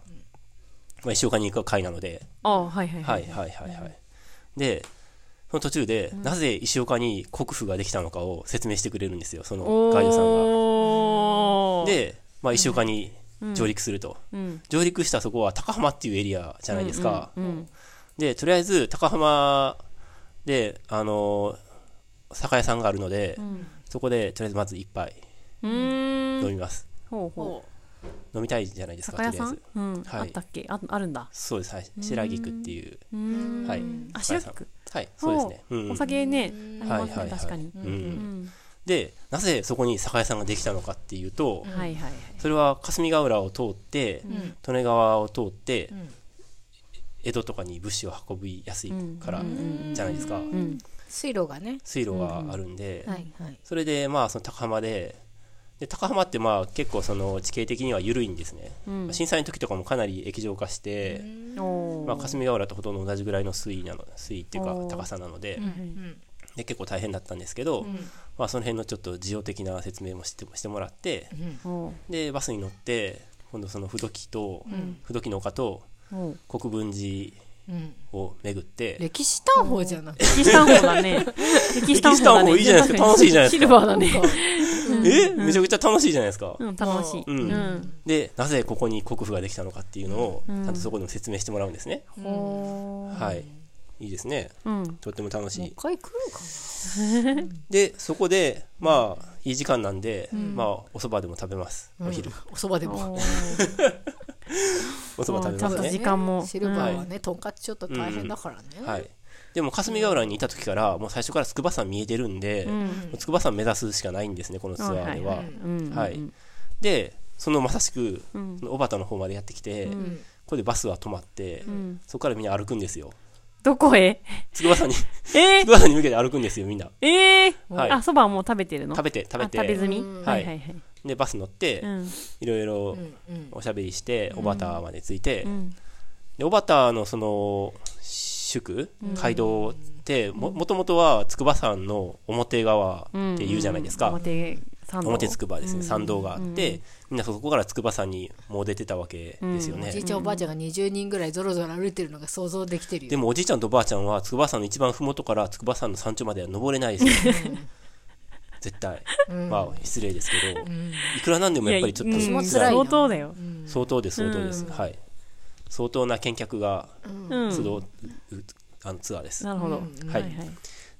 Speaker 3: まあ、石岡に行く会なので
Speaker 2: あーはいはい
Speaker 3: は
Speaker 2: はいい。
Speaker 3: はいはいはい、でその途中で、なぜ石岡に国府ができたのかを説明してくれるんですよそのガイドさん
Speaker 2: お
Speaker 3: が
Speaker 2: ー、
Speaker 3: で、まあ、石岡に上陸すると、
Speaker 2: うん。
Speaker 3: 上陸したそこは高浜っていうエリアじゃないですか、
Speaker 2: うん。
Speaker 3: でとりあえず高浜であのー酒屋さんがあるので、
Speaker 2: ん
Speaker 3: そこでとりあえずまず一杯
Speaker 2: うー
Speaker 3: 飲
Speaker 2: ん。
Speaker 3: みます、
Speaker 2: ほうほう。
Speaker 1: ほ
Speaker 3: 飲みたいじゃないですか
Speaker 2: 酒
Speaker 3: と
Speaker 2: 屋さ
Speaker 3: りあえ
Speaker 2: ん
Speaker 3: ず
Speaker 2: うん。
Speaker 3: はい
Speaker 2: あったっけああるんだ。
Speaker 3: そうですはい白菊っていう
Speaker 2: うーん。
Speaker 3: はい
Speaker 2: あ、白
Speaker 3: 酒屋さん
Speaker 2: く。
Speaker 3: はいそうですね、うん
Speaker 2: お酒ね、あり
Speaker 3: はい
Speaker 2: ま
Speaker 3: はい
Speaker 2: す
Speaker 3: は
Speaker 2: ね、
Speaker 3: い
Speaker 2: 確かに。
Speaker 3: う、
Speaker 2: うんん
Speaker 3: でなぜそこに酒屋さんができたのかっていうと、
Speaker 2: はいはいはい。
Speaker 3: それは霞ヶ浦を通って、
Speaker 1: ん
Speaker 3: 利根川を通って、
Speaker 1: ん
Speaker 3: 江戸とかに物資を運びやすいからじゃないですか、
Speaker 2: うん。
Speaker 1: 水路がね
Speaker 3: 水路があるんで、
Speaker 1: はいはい
Speaker 3: それでまあその高浜でで高浜ってまあ結構その地形的には緩いんですね、
Speaker 2: うん
Speaker 3: 震災の時とかもかなり液状化して、
Speaker 2: おー
Speaker 3: まあ、霞ヶ浦とほとんど同じぐらいの水位なの水位っていうか
Speaker 2: おー
Speaker 3: 高さなので,、
Speaker 1: うん
Speaker 3: で結構大変だったんですけど、
Speaker 1: ん
Speaker 3: まあ、その辺のちょっと事情的な説明もしてしてもらって
Speaker 1: うん
Speaker 2: おう
Speaker 3: でバスに乗って今度その不土器と、不土器の丘と
Speaker 2: おう
Speaker 3: 国分寺
Speaker 1: うん、
Speaker 3: を巡って、
Speaker 1: 歴史探訪じゃなくて
Speaker 2: 歴史探訪だ ね。歴史探訪だね。
Speaker 3: 歴史探訪いいじゃないですか楽しいじゃないですか
Speaker 2: シルバーだね。
Speaker 3: えめちゃくちゃ楽しいじゃないですか。
Speaker 2: うん、楽しい。
Speaker 3: うん
Speaker 2: うん。
Speaker 3: で、なぜここに国府ができたのかっていうのを、ち
Speaker 2: うん
Speaker 3: ゃんとそこでも説明してもらうんですね。
Speaker 1: もう
Speaker 3: はい。いいですね。
Speaker 2: うん。
Speaker 3: とっても楽し
Speaker 1: 一
Speaker 3: い。
Speaker 1: 回来るか
Speaker 3: で、そこで、まあ、いい時間なんで、
Speaker 1: ん
Speaker 3: まあ、お蕎麦でも食べます。
Speaker 1: な
Speaker 3: お昼。
Speaker 1: おそばでも
Speaker 2: おー
Speaker 3: お蕎麦食べます
Speaker 2: そうちゃんと
Speaker 3: ね。
Speaker 2: 時間も
Speaker 1: シルバーはねとんかつちょっと大変だからね
Speaker 3: はい。でも、霞ヶ浦にいた時から、もう最初から筑波山見えてるんで、
Speaker 2: うん。
Speaker 3: 筑波山目指すしかないんですね、このツアーでは。
Speaker 2: はいうん。
Speaker 3: はい
Speaker 2: うん
Speaker 3: で、そのまさしく、
Speaker 2: うん。
Speaker 3: 小畑の方までやってきて、
Speaker 2: う
Speaker 3: こ
Speaker 1: ん
Speaker 3: こでバスは止まって、
Speaker 2: うん。
Speaker 3: そこからみんな歩くんですよ。
Speaker 2: どこへ
Speaker 3: 筑波山に、
Speaker 2: えー
Speaker 3: 筑波山に向けて歩くんですよ、みんな。
Speaker 2: ええ
Speaker 3: はい
Speaker 2: あ、そばはもう食べてるの
Speaker 3: 食べて、食べ
Speaker 2: あ食べ
Speaker 3: て、
Speaker 2: 済み
Speaker 1: うん
Speaker 2: はいはいはい。
Speaker 3: で、バス乗って、
Speaker 2: うん。
Speaker 3: いろいろ
Speaker 1: うんうん
Speaker 3: おしゃべりして、小畑まで着いて
Speaker 2: う、ん。
Speaker 3: で、小畑のその、宿
Speaker 2: うん
Speaker 3: 街道っても、もともとは筑波山の表側
Speaker 2: うん
Speaker 3: って言うじゃないですか。
Speaker 2: 表参道。
Speaker 3: 表筑波ですね、
Speaker 2: うん
Speaker 3: 参道があって、みんなそこから筑波山にもう出てたわけですよ
Speaker 1: お
Speaker 3: ね。
Speaker 1: じいちゃんおばあちゃんが20人ぐらいぞろぞろ歩いてるのが想像できてるよ
Speaker 3: でもおじいちゃんとおばあちゃんは筑波山の一番麓から筑波山の山頂までは登れないですよ絶対、
Speaker 1: うん
Speaker 3: まあ失礼ですけど、
Speaker 1: うん
Speaker 3: いくらなんでもやっぱりちょっと
Speaker 1: 私も
Speaker 2: うん
Speaker 1: 辛いな
Speaker 2: 相当だよ。
Speaker 1: うん
Speaker 3: 相当です相当です、
Speaker 2: うん
Speaker 3: はい相当な見客が
Speaker 2: うん。
Speaker 3: 集う、うあのツアーです
Speaker 2: なるほど。
Speaker 1: うん
Speaker 3: はい
Speaker 2: はい。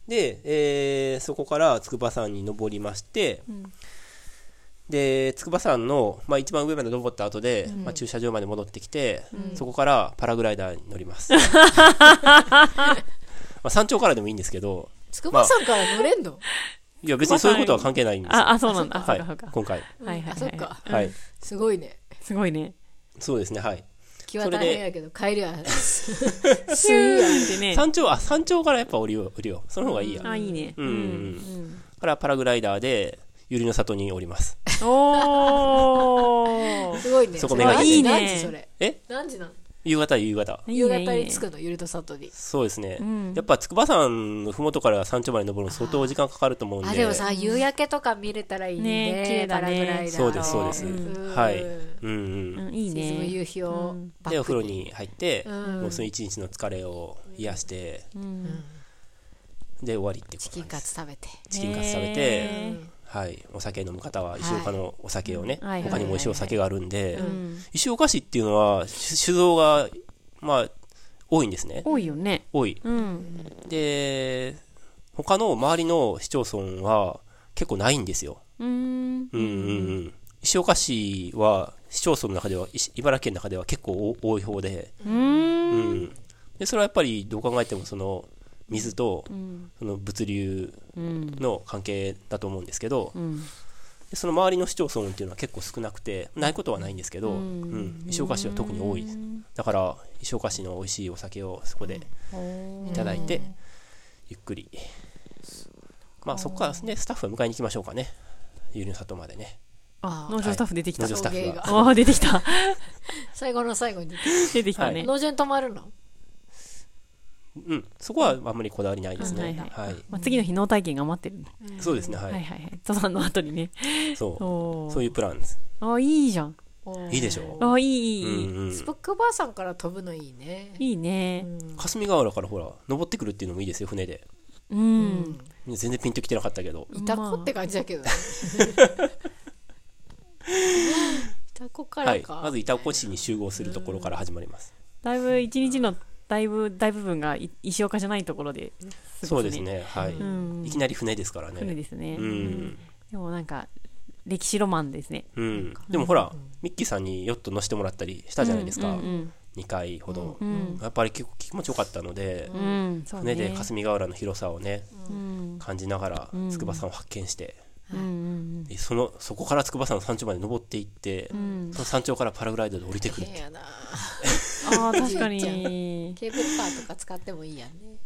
Speaker 3: で、えーそこから筑波山に登りまして、
Speaker 2: ん
Speaker 3: で筑波山の、まあ、一番上まで登った後で、まあ、駐車場まで戻ってきて、そこからパラグライダーに乗ります まあ山頂からでもいいんですけど
Speaker 1: 筑波山から乗れんの
Speaker 3: いや別にそういうことは関係ないんですよ
Speaker 2: あ、あ、そうなんだ。あそ
Speaker 3: は
Speaker 2: う
Speaker 3: い
Speaker 2: かそうか。
Speaker 3: 今回、
Speaker 2: はいはい
Speaker 1: あそっか
Speaker 2: はい。
Speaker 3: はい
Speaker 1: すごいね
Speaker 2: すごいね。
Speaker 3: そうですねはい
Speaker 1: 気は大変やけど帰りは
Speaker 2: シューってね。
Speaker 3: 山頂あ山頂からやっぱ降りよう降りようその方がいいや、
Speaker 2: あ、いいね。
Speaker 3: うん
Speaker 2: うん
Speaker 3: からパラグライダーで百合の里に降ります
Speaker 2: おー。
Speaker 1: すごいね
Speaker 3: そこ
Speaker 1: れ
Speaker 3: めがけて
Speaker 1: 何時
Speaker 2: いいね
Speaker 1: 何時それ
Speaker 3: え
Speaker 1: 何時なの
Speaker 3: 夕方夕方
Speaker 2: いい
Speaker 1: 夕
Speaker 2: ね
Speaker 1: 方
Speaker 2: いい
Speaker 1: に
Speaker 2: ね
Speaker 1: 着くのゆると里に
Speaker 3: そうですね、
Speaker 2: ん
Speaker 3: やっぱ筑波山の麓から山頂まで登るの相当時間かかると思うんで
Speaker 1: あでもさ夕焼けとか見れたらいいね
Speaker 2: ね綺麗だね
Speaker 1: パラグライダー
Speaker 3: そうですそうです、
Speaker 1: うん
Speaker 3: はい、
Speaker 1: う
Speaker 3: う
Speaker 1: ん
Speaker 3: う、
Speaker 2: うんんいい
Speaker 1: 沈む
Speaker 2: ね。
Speaker 1: 夕日をバック
Speaker 3: でお風呂に入って、
Speaker 1: うん
Speaker 3: もうその一日の疲れを癒して、
Speaker 2: うん
Speaker 3: で終わりってこ
Speaker 1: チ
Speaker 3: と
Speaker 1: キン
Speaker 3: なんで
Speaker 1: カツ
Speaker 3: す
Speaker 1: 食べて
Speaker 3: チキンカツ食べ
Speaker 2: へ
Speaker 3: て、
Speaker 2: ー
Speaker 3: はい、お酒飲む方は石岡のお酒をね、
Speaker 2: はい
Speaker 3: 他にも美味しいお酒があるんで、
Speaker 2: うん
Speaker 3: 石岡市っていうのは酒酒造がまあ多いんですね
Speaker 2: 多いよね。
Speaker 3: 多い
Speaker 2: うん。
Speaker 3: で他の周りの市町村は結構ないんですよ
Speaker 2: うん。
Speaker 3: うんうんうん石岡市は市町村の中ではいし茨城県の中では結構お多い方で,、
Speaker 2: うん。
Speaker 3: うん、でそれはやっぱりどう考えてもその水とその物流
Speaker 2: うん。
Speaker 3: の関係だと思うんですけど
Speaker 2: うん。
Speaker 3: でその周りの市町村っていうのは結構少なくてないことはないんですけど、
Speaker 2: う
Speaker 3: うんん石岡市は特に多いですだから石岡市の美味しいお酒をそこでいただいて、ゆっくりまあそこからですねスタッフは迎えに行きましょうかねゆりの里までね
Speaker 1: あ
Speaker 2: 農場スタッフ出てきた
Speaker 3: 農場。スタッフ
Speaker 1: 送迎
Speaker 3: が
Speaker 1: が
Speaker 2: あー出てきた。
Speaker 1: 最後の最後に
Speaker 2: 出てきたね。
Speaker 1: 農場に泊まるの
Speaker 3: うんそこはあんまりこだわりないですね
Speaker 2: う
Speaker 3: は
Speaker 2: ん
Speaker 3: い、
Speaker 2: はいまあ、次の日脳体験が待ってるね。
Speaker 3: そうですねは、
Speaker 2: はいいはいはい。登山の後にね。
Speaker 3: そ
Speaker 2: お
Speaker 3: うそう
Speaker 2: ー。
Speaker 3: いうプランです
Speaker 2: あ、いいじゃん。
Speaker 3: いいでしょ
Speaker 2: あ、いい、
Speaker 3: う
Speaker 2: いい、いい。
Speaker 3: んうん
Speaker 1: スポックバーさんから飛ぶのいいね
Speaker 2: いいね。
Speaker 3: 霞ヶ浦からほら登ってくるっていうのもいいですよ船で
Speaker 2: うん。
Speaker 3: 全然ピンときてなかったけど
Speaker 1: いたこって感じだけどねいたこか
Speaker 3: は
Speaker 1: ら
Speaker 3: い
Speaker 1: か
Speaker 3: まず板越市に集合するところから始まります
Speaker 2: だいぶ、一日の大部、大部分がい石岡じゃないところで過ごす。
Speaker 3: そうです。ねはい、
Speaker 2: うん
Speaker 3: いきなり船ですからね
Speaker 2: 船ですね。
Speaker 3: う。ん、
Speaker 2: でもなんか、歴史ロマンですね。
Speaker 3: うん、でもほら、ミッキーさんにヨット乗せてもらったりしたじゃないですか、
Speaker 2: うん。
Speaker 3: 2回ほど、
Speaker 2: うん。
Speaker 3: やっぱり結構気持ちよかったので、
Speaker 2: うん。そうね。
Speaker 3: 船で霞ヶ浦の広さをね、
Speaker 2: うん。
Speaker 3: 感じながら筑波山を発見して、
Speaker 2: うんうん
Speaker 3: でそのそこから筑波山の山頂まで登っていって、
Speaker 2: うん。
Speaker 3: その山頂からパラグライダーで降りてくるっ
Speaker 1: 変
Speaker 3: て
Speaker 1: やな
Speaker 2: ああ、確かに。
Speaker 1: ケーブルカーとか使ってもいいやんね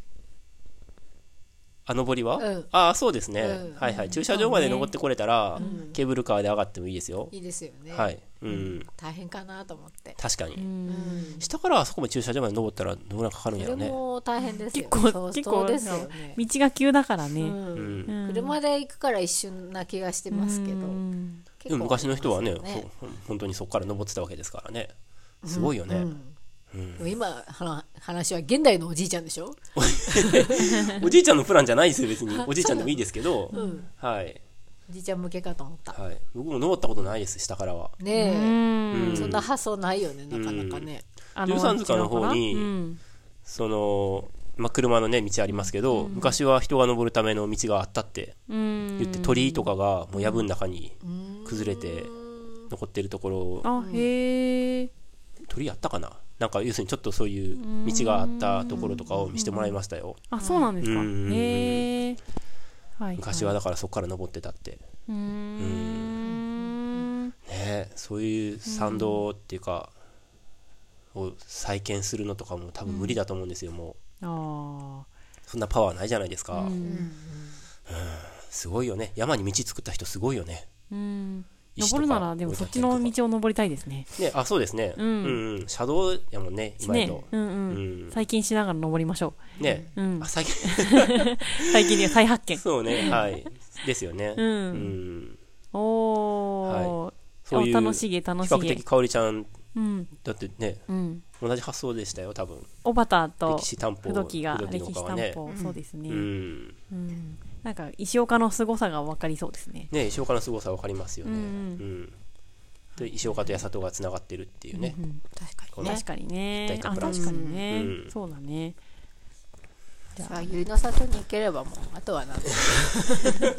Speaker 3: あ登りは、
Speaker 1: うん
Speaker 3: ああそうですね、
Speaker 1: うん
Speaker 3: はいはい駐車場まで登ってこれたら、ケーブルカーで上がってもいいですよ、
Speaker 1: いいですよね
Speaker 3: はい、うん、
Speaker 1: 大変かなと思って
Speaker 3: 確かに、
Speaker 2: うん。
Speaker 3: 下からあそこまで駐車場まで登ったらどんぐらいかかるん
Speaker 1: そ
Speaker 3: やろ
Speaker 1: れ
Speaker 3: うね
Speaker 1: も大変ですよ
Speaker 2: 結
Speaker 1: ね
Speaker 2: 構、
Speaker 1: 相
Speaker 2: 結
Speaker 1: 当
Speaker 2: 構、
Speaker 1: ですよね
Speaker 2: 道が急だからね。
Speaker 1: うん
Speaker 3: うん
Speaker 2: うん
Speaker 1: 車で行くから一瞬な気がしてますけど
Speaker 2: うん
Speaker 1: 結構
Speaker 3: でも昔の人はね
Speaker 1: ありますよ
Speaker 3: そう本当にそこから登ってたわけですからねすごいよね、
Speaker 1: うん
Speaker 3: うん
Speaker 1: でも今は話は現代のおじいちゃんでしょ、
Speaker 3: おじいちゃんのプランじゃないですよ別におじいちゃんでもいいですけど、
Speaker 1: うん、
Speaker 3: はい、
Speaker 1: おじいちゃん向けかと思った
Speaker 3: はい、僕も登ったことないです下からは
Speaker 2: う
Speaker 1: ねえ、
Speaker 2: ん。
Speaker 1: そんな発想ないよねなかなかね、
Speaker 2: あ
Speaker 3: 13塚の方に
Speaker 2: うん
Speaker 3: その、まあ、車のね道ありますけど、昔は人が登るための道があったって
Speaker 2: うん。
Speaker 3: 言って鳥居とかがもう藪の中に
Speaker 1: うん
Speaker 3: 崩れて残ってるところ
Speaker 2: あ、へえ。
Speaker 3: 鳥居あったかななんか要するにちょっとそういう道があったところとかを見せてもらいましたよ
Speaker 2: あ、そうなんですか。
Speaker 3: うん
Speaker 2: へえ。はい。
Speaker 3: 昔はだからそこから登ってたって
Speaker 2: うーん。
Speaker 3: ねそういう参道っていうか、を再建するのとかも多分無理だと思うんですよもう
Speaker 2: あ
Speaker 3: そんなパワーないじゃないですか、
Speaker 2: あ。う
Speaker 1: うん
Speaker 2: ん。
Speaker 3: すごいよね山に道作った人すごいよね
Speaker 2: うん。
Speaker 3: 石とか
Speaker 2: 登るなら、でもそっちの道を登りたいですね。
Speaker 3: ねあそうですねう
Speaker 2: うんん、
Speaker 3: うん、車道やもんね今や
Speaker 2: ね
Speaker 3: と。
Speaker 2: うん
Speaker 3: う
Speaker 2: うん。
Speaker 3: ん
Speaker 2: 再建しながら登りましょ
Speaker 3: ね
Speaker 2: う。うん
Speaker 3: あ。最近
Speaker 2: 最近で再発見。
Speaker 3: そうねはいですよね
Speaker 2: う。
Speaker 3: うんん
Speaker 2: おー。
Speaker 3: そういう
Speaker 2: お楽しげ、楽
Speaker 3: 比
Speaker 2: し
Speaker 3: 較
Speaker 2: げ
Speaker 3: 的。香織ちゃん
Speaker 2: うん。
Speaker 3: だってね
Speaker 2: うん。
Speaker 3: 同じ発想でしたよ多分
Speaker 2: おばたと
Speaker 3: 歴。史担保
Speaker 2: 不動機が
Speaker 3: 不動
Speaker 2: 歴
Speaker 3: 機の
Speaker 2: 史
Speaker 3: 丘
Speaker 2: 担
Speaker 3: はね
Speaker 2: 保、
Speaker 1: ん
Speaker 2: そうですね、
Speaker 3: う
Speaker 2: うん
Speaker 3: ん
Speaker 2: なんか石岡の凄さが分かりそうですね
Speaker 3: ね石岡の凄さ分かりますよね、う
Speaker 2: うんん
Speaker 3: で石岡と八里がつながってるっていうね、
Speaker 2: うん
Speaker 1: 確か
Speaker 3: こ
Speaker 1: にね
Speaker 3: の
Speaker 2: 確かにね
Speaker 3: 一体
Speaker 2: あ
Speaker 3: 感プラス
Speaker 2: 確かにね、
Speaker 3: うん
Speaker 2: そうだね
Speaker 1: さあゆりの里に行ければもうあとは何でも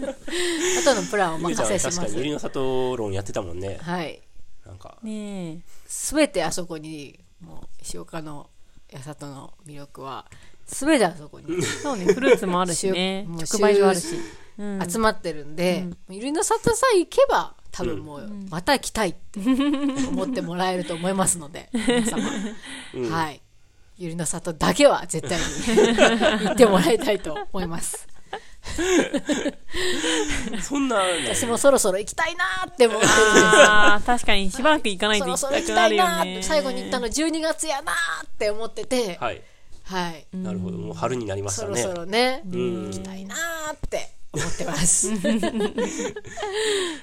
Speaker 1: あとのプランをお
Speaker 3: ゆり
Speaker 1: 任
Speaker 3: ちゃん
Speaker 1: せ
Speaker 3: は
Speaker 1: しま
Speaker 3: 確か
Speaker 1: す
Speaker 3: にゆりの里論やってたもんね
Speaker 1: はい
Speaker 3: なんか
Speaker 2: ね
Speaker 1: 全てあそこにもう石岡の八里の魅力は全てあそこに
Speaker 2: えそうねフルーツもある しね
Speaker 1: しゅもう
Speaker 2: 直売所あるし、うん
Speaker 1: 集まってるんで、ゆりの里さえ行けば多分もうまた来たいって思ってもらえると思いますの で皆様、はいゆりの里だけは絶対に 行ってもらいたいと思います
Speaker 3: そんなね
Speaker 1: 私もそろそろ行きたいなーって思ってるんです
Speaker 2: あー確かにしばらく行かない
Speaker 1: そ
Speaker 2: と
Speaker 1: ろ
Speaker 2: 行
Speaker 1: そ
Speaker 2: き
Speaker 1: ろ行き
Speaker 2: たく
Speaker 1: た
Speaker 2: ないるよ
Speaker 1: なーっ
Speaker 2: ね
Speaker 1: て最後に行ったの12月やなーって思ってて、はい、
Speaker 3: はいなるほどもう春になりまし
Speaker 1: そ
Speaker 3: た
Speaker 1: ろ
Speaker 3: ね
Speaker 1: そろね、
Speaker 3: うん
Speaker 1: 行きたいなーって思って ます。
Speaker 3: か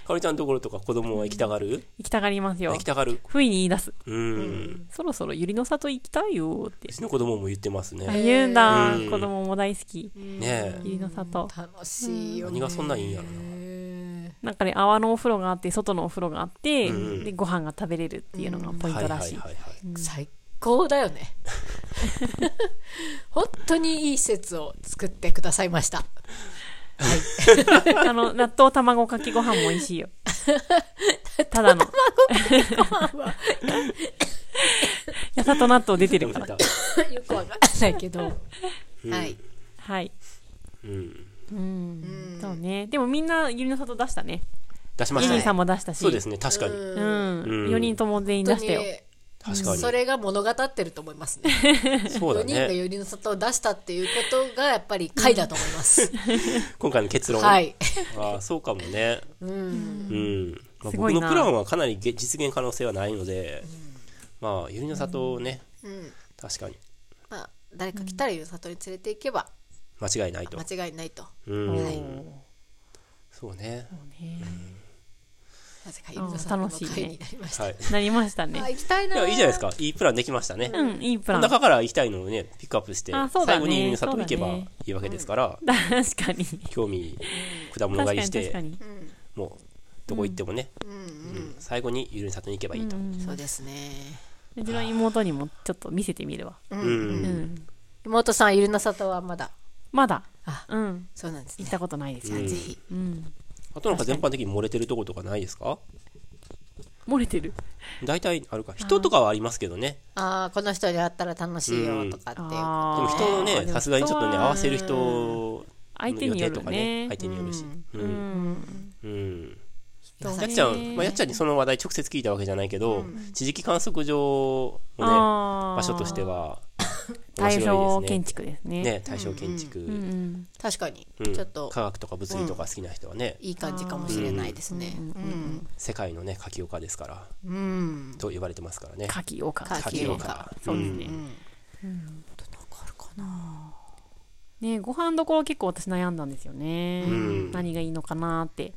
Speaker 3: おりちゃんのところとか子供は行きたがる、
Speaker 2: 行きたがりますよ
Speaker 3: 行きたがる
Speaker 2: 不意に言い出す
Speaker 3: うん、う
Speaker 2: そろそろゆりの里行きたいよーって
Speaker 3: ちの子供も言ってますね、
Speaker 2: あ言うんだ、
Speaker 3: うん
Speaker 2: 子供も大好き
Speaker 3: ねえ
Speaker 2: ゆりの里
Speaker 1: 楽しいよね。
Speaker 3: 何がそんなんいいんやろ
Speaker 2: なんかね泡のお風呂があって外のお風呂があって、
Speaker 3: うん
Speaker 2: でご飯が食べれるっていうのがポイン
Speaker 3: な
Speaker 2: トらしい、
Speaker 3: はいはいはい、はい
Speaker 1: 最高だよね。 本当にいい施設を作ってくださいま した。
Speaker 2: あの、納豆卵かけご飯も美味 しいよ。ただの。 やさと納豆出てるから。
Speaker 1: よくわかんない けど。はい。
Speaker 2: はい。
Speaker 3: うん、
Speaker 2: うん。そうね。でもみんな、ゆりの里出したね。
Speaker 3: 出しま
Speaker 2: イ
Speaker 3: し
Speaker 2: ジ
Speaker 3: た
Speaker 2: ンさん
Speaker 3: ね
Speaker 2: も出したし。
Speaker 3: そうですね確かに、
Speaker 2: う
Speaker 3: うん
Speaker 2: ん。4人とも全員出
Speaker 1: 本
Speaker 2: し
Speaker 1: 当
Speaker 2: たよ。
Speaker 1: に
Speaker 3: 確かに
Speaker 1: それが物語ってると思いますね。
Speaker 3: そう
Speaker 1: 4
Speaker 3: だ
Speaker 1: 人が
Speaker 3: ね
Speaker 1: よりの里を出したっていうことがやっぱり回だと思います。
Speaker 3: 今回の結論、
Speaker 1: は、い。
Speaker 3: ああそうかもね
Speaker 1: うん。
Speaker 3: うんまあ、
Speaker 2: すご
Speaker 3: 僕
Speaker 2: い
Speaker 3: の
Speaker 2: な
Speaker 3: プランはかなりげ実現可能性はないので、まあゆりの里をね、
Speaker 1: うん。
Speaker 3: 確かに
Speaker 1: まあ、誰か来たらゆりの里に連れて行けば
Speaker 3: 間違いないと
Speaker 1: 間違いないと。
Speaker 3: うん、
Speaker 1: はい
Speaker 3: そうね
Speaker 1: なぜかゆりの里の会になりました。
Speaker 3: はい
Speaker 2: なりました
Speaker 1: あ
Speaker 2: ね。
Speaker 1: 行きたい
Speaker 3: い
Speaker 1: な
Speaker 3: や
Speaker 1: ー。
Speaker 3: いいじゃないですかいいプランできましたね、
Speaker 2: うん、いいプラン。確
Speaker 3: 中から行きたいのをねピックアップして、
Speaker 2: あそうだね
Speaker 3: 最後にゆりの里行けば
Speaker 2: そうだ
Speaker 3: い
Speaker 2: ね
Speaker 3: いわけですから、
Speaker 2: かに。
Speaker 3: 興味果物
Speaker 2: 確か
Speaker 3: 狩り
Speaker 2: に
Speaker 3: し
Speaker 2: 確か
Speaker 3: て
Speaker 2: に。
Speaker 1: うん。
Speaker 3: もうどこ行ってもね、
Speaker 1: うん
Speaker 3: うん
Speaker 1: うん。
Speaker 3: 最後にゆりの里に行けばいいと、
Speaker 1: そうですね。
Speaker 2: うちの妹にもちょっと見せてみるわ。
Speaker 1: う
Speaker 3: うん
Speaker 1: ん。
Speaker 2: うん。
Speaker 1: 妹さん、ゆりの里はまだ。
Speaker 2: まだ
Speaker 1: あ、
Speaker 2: うん。
Speaker 1: そうなんですね
Speaker 2: 行っ。たことないですよ。
Speaker 1: ぜひ。
Speaker 2: うん。
Speaker 3: あとなんか全般的に漏れてるとことかないですか
Speaker 2: 漏れてる。
Speaker 3: 大体あるか人とかはありますけどね
Speaker 1: ああ、この人に会ったら楽しいよとかっていう。
Speaker 3: でも
Speaker 2: あー
Speaker 3: 人の
Speaker 2: あ
Speaker 3: ね
Speaker 2: ー
Speaker 3: さすがにちょっとね
Speaker 2: でも人
Speaker 3: 合
Speaker 2: は
Speaker 3: わせる人
Speaker 2: 相手によるね。
Speaker 3: 相手によるし。う。
Speaker 2: うんん。
Speaker 3: うん。
Speaker 1: そうね
Speaker 3: やっちゃん、まあ、やっちゃんにその話題直接聞いたわけじゃないけど、地磁気観測場のね、
Speaker 2: 場
Speaker 3: 場所としては、面
Speaker 2: 対象
Speaker 3: 白い
Speaker 2: 建
Speaker 3: です
Speaker 2: 築です
Speaker 3: ね。
Speaker 2: ね。
Speaker 3: ね、対象建築、
Speaker 2: うんうん
Speaker 1: 確かに、
Speaker 3: うん
Speaker 1: ちょっと
Speaker 3: 科学とか物理とか好きな人はね、
Speaker 1: いい感じかもしれないですね。うん。
Speaker 3: 世界のね、書き丘ですから、
Speaker 1: うん。
Speaker 3: と呼ばれてますからね。
Speaker 2: 夏季丘
Speaker 1: 夏
Speaker 3: 書
Speaker 1: 季
Speaker 3: き
Speaker 1: 書き
Speaker 3: 丘
Speaker 1: 丘。
Speaker 2: そうですね
Speaker 3: うん。
Speaker 2: ねご飯どころ結構私悩んだんですよね
Speaker 3: うん
Speaker 2: 何がいいのかなって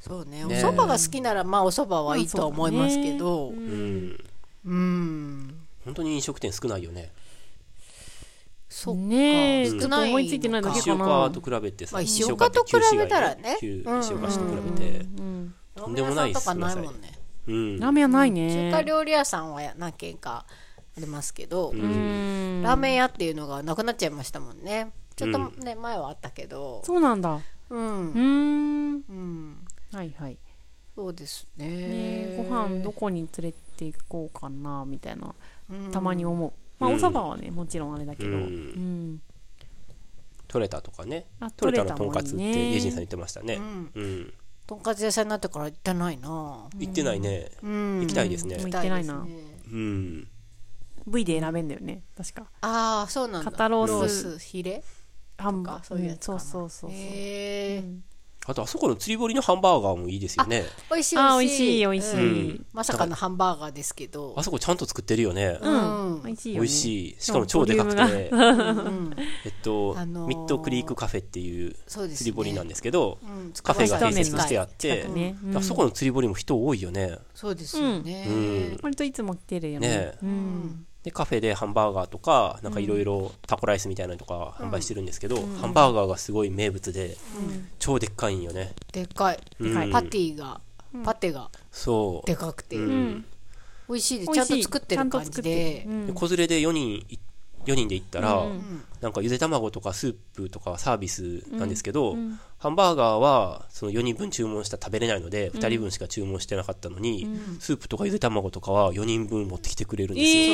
Speaker 1: そうね。お
Speaker 3: ね
Speaker 1: 蕎麦が好きなら、まあ、お蕎麦はいいとは思いますけど。
Speaker 3: うん。
Speaker 1: うん。
Speaker 3: 本当に飲食店少ないよね
Speaker 1: そっか、
Speaker 2: ねえ、
Speaker 1: 少
Speaker 2: ちょっと
Speaker 1: ない
Speaker 2: 思いついてないだけ
Speaker 3: 石
Speaker 2: かな。
Speaker 3: 岡と比べてさ、
Speaker 1: まあ石岡と比べたらね
Speaker 3: 石
Speaker 1: うん
Speaker 3: 岡って旧石岡市と比べて
Speaker 2: うん、
Speaker 1: と
Speaker 3: んでもない
Speaker 1: とかないもんね
Speaker 3: うん、
Speaker 2: ラーメン屋ないね。
Speaker 1: 中華料理屋さんは何軒かありますけど、
Speaker 2: う
Speaker 3: う
Speaker 2: んん
Speaker 1: ラーメン屋っていうのがなくなっちゃいましたもんねちょっとね、前はあったけど
Speaker 2: そうなんだ。
Speaker 1: うん
Speaker 2: うーん。
Speaker 1: うん
Speaker 2: はいはい。
Speaker 1: そうです
Speaker 2: ね
Speaker 1: ね
Speaker 2: ご飯どこに連れて行こうかなみたいなたまに
Speaker 1: うん
Speaker 2: 思う。まあ
Speaker 3: うん
Speaker 2: お蕎麦はねもちろんあれだけど。う
Speaker 3: うん
Speaker 2: ん。
Speaker 3: 取れたとかね
Speaker 2: あ
Speaker 3: 取れたのと
Speaker 2: も
Speaker 3: ん
Speaker 2: んね
Speaker 3: かつって家人さん言ってましたね
Speaker 1: うん
Speaker 3: うん
Speaker 1: とんかつ屋さんになってから行ってないな
Speaker 3: 行ってないね
Speaker 1: うん
Speaker 3: 行きたいですね
Speaker 2: 行ってないな
Speaker 1: 行きたですね
Speaker 3: うん、
Speaker 2: 部位で選べんだよね確か。
Speaker 1: ああそうなんだ
Speaker 2: 肩ロ
Speaker 1: ロ
Speaker 2: ー
Speaker 1: ース
Speaker 2: ス
Speaker 1: ヒレ
Speaker 2: ハン
Speaker 1: と
Speaker 2: バ
Speaker 1: か
Speaker 2: ー
Speaker 1: そういうやつか
Speaker 2: そ
Speaker 1: な
Speaker 2: うそうそうそう。
Speaker 1: へえ
Speaker 3: あとあそこの釣り堀のハンバーガーもいいですよね
Speaker 1: 美味しい
Speaker 2: あー美味しい美味し
Speaker 1: うん
Speaker 2: い。
Speaker 1: まさかのハンバーガーですけど
Speaker 3: あそこちゃんと作ってるよね、
Speaker 2: うん。
Speaker 1: うん
Speaker 2: 美味しいよ
Speaker 3: 美
Speaker 2: ね。
Speaker 3: 味しいしかも超でかくて
Speaker 1: うん
Speaker 3: えっと、
Speaker 1: あのー
Speaker 3: ミッドクリークカフェっていう
Speaker 1: そうですね
Speaker 3: 釣り堀なんですけど
Speaker 1: うん
Speaker 3: カフェが併設
Speaker 2: 一目
Speaker 3: してあって
Speaker 2: 近くね。うん
Speaker 3: あそこの釣り堀も人多いよね
Speaker 1: そうですよね
Speaker 3: うんうん
Speaker 2: 割といつも来てるよね。
Speaker 3: ね
Speaker 2: う。
Speaker 1: うんん
Speaker 3: でカフェでハンバーガーとかなんかいろいろタコライスみたいなのとか販売してるんですけど、ハンバーガーがすごい名物で超でっかいんよね、
Speaker 1: でっかい
Speaker 3: うん
Speaker 2: はい
Speaker 1: パティがパテが
Speaker 3: そう
Speaker 1: でかくて
Speaker 3: う
Speaker 1: 美
Speaker 3: ん
Speaker 1: 味しいで
Speaker 2: 美
Speaker 1: ちゃん
Speaker 2: 味し
Speaker 1: と
Speaker 2: い
Speaker 1: 作ってる感じで
Speaker 2: ちゃんと作ってる
Speaker 3: で子連れで4人い4人で行ったら、
Speaker 2: うん
Speaker 1: うん
Speaker 3: なんかゆで卵とかスープとかはサービスなんですけど、ハンバーガーはその4人分注文したら食べれないので2人分しか注文してなかったのに、スープとかゆで卵とかは4人分持ってきてくれるんですよ、
Speaker 2: え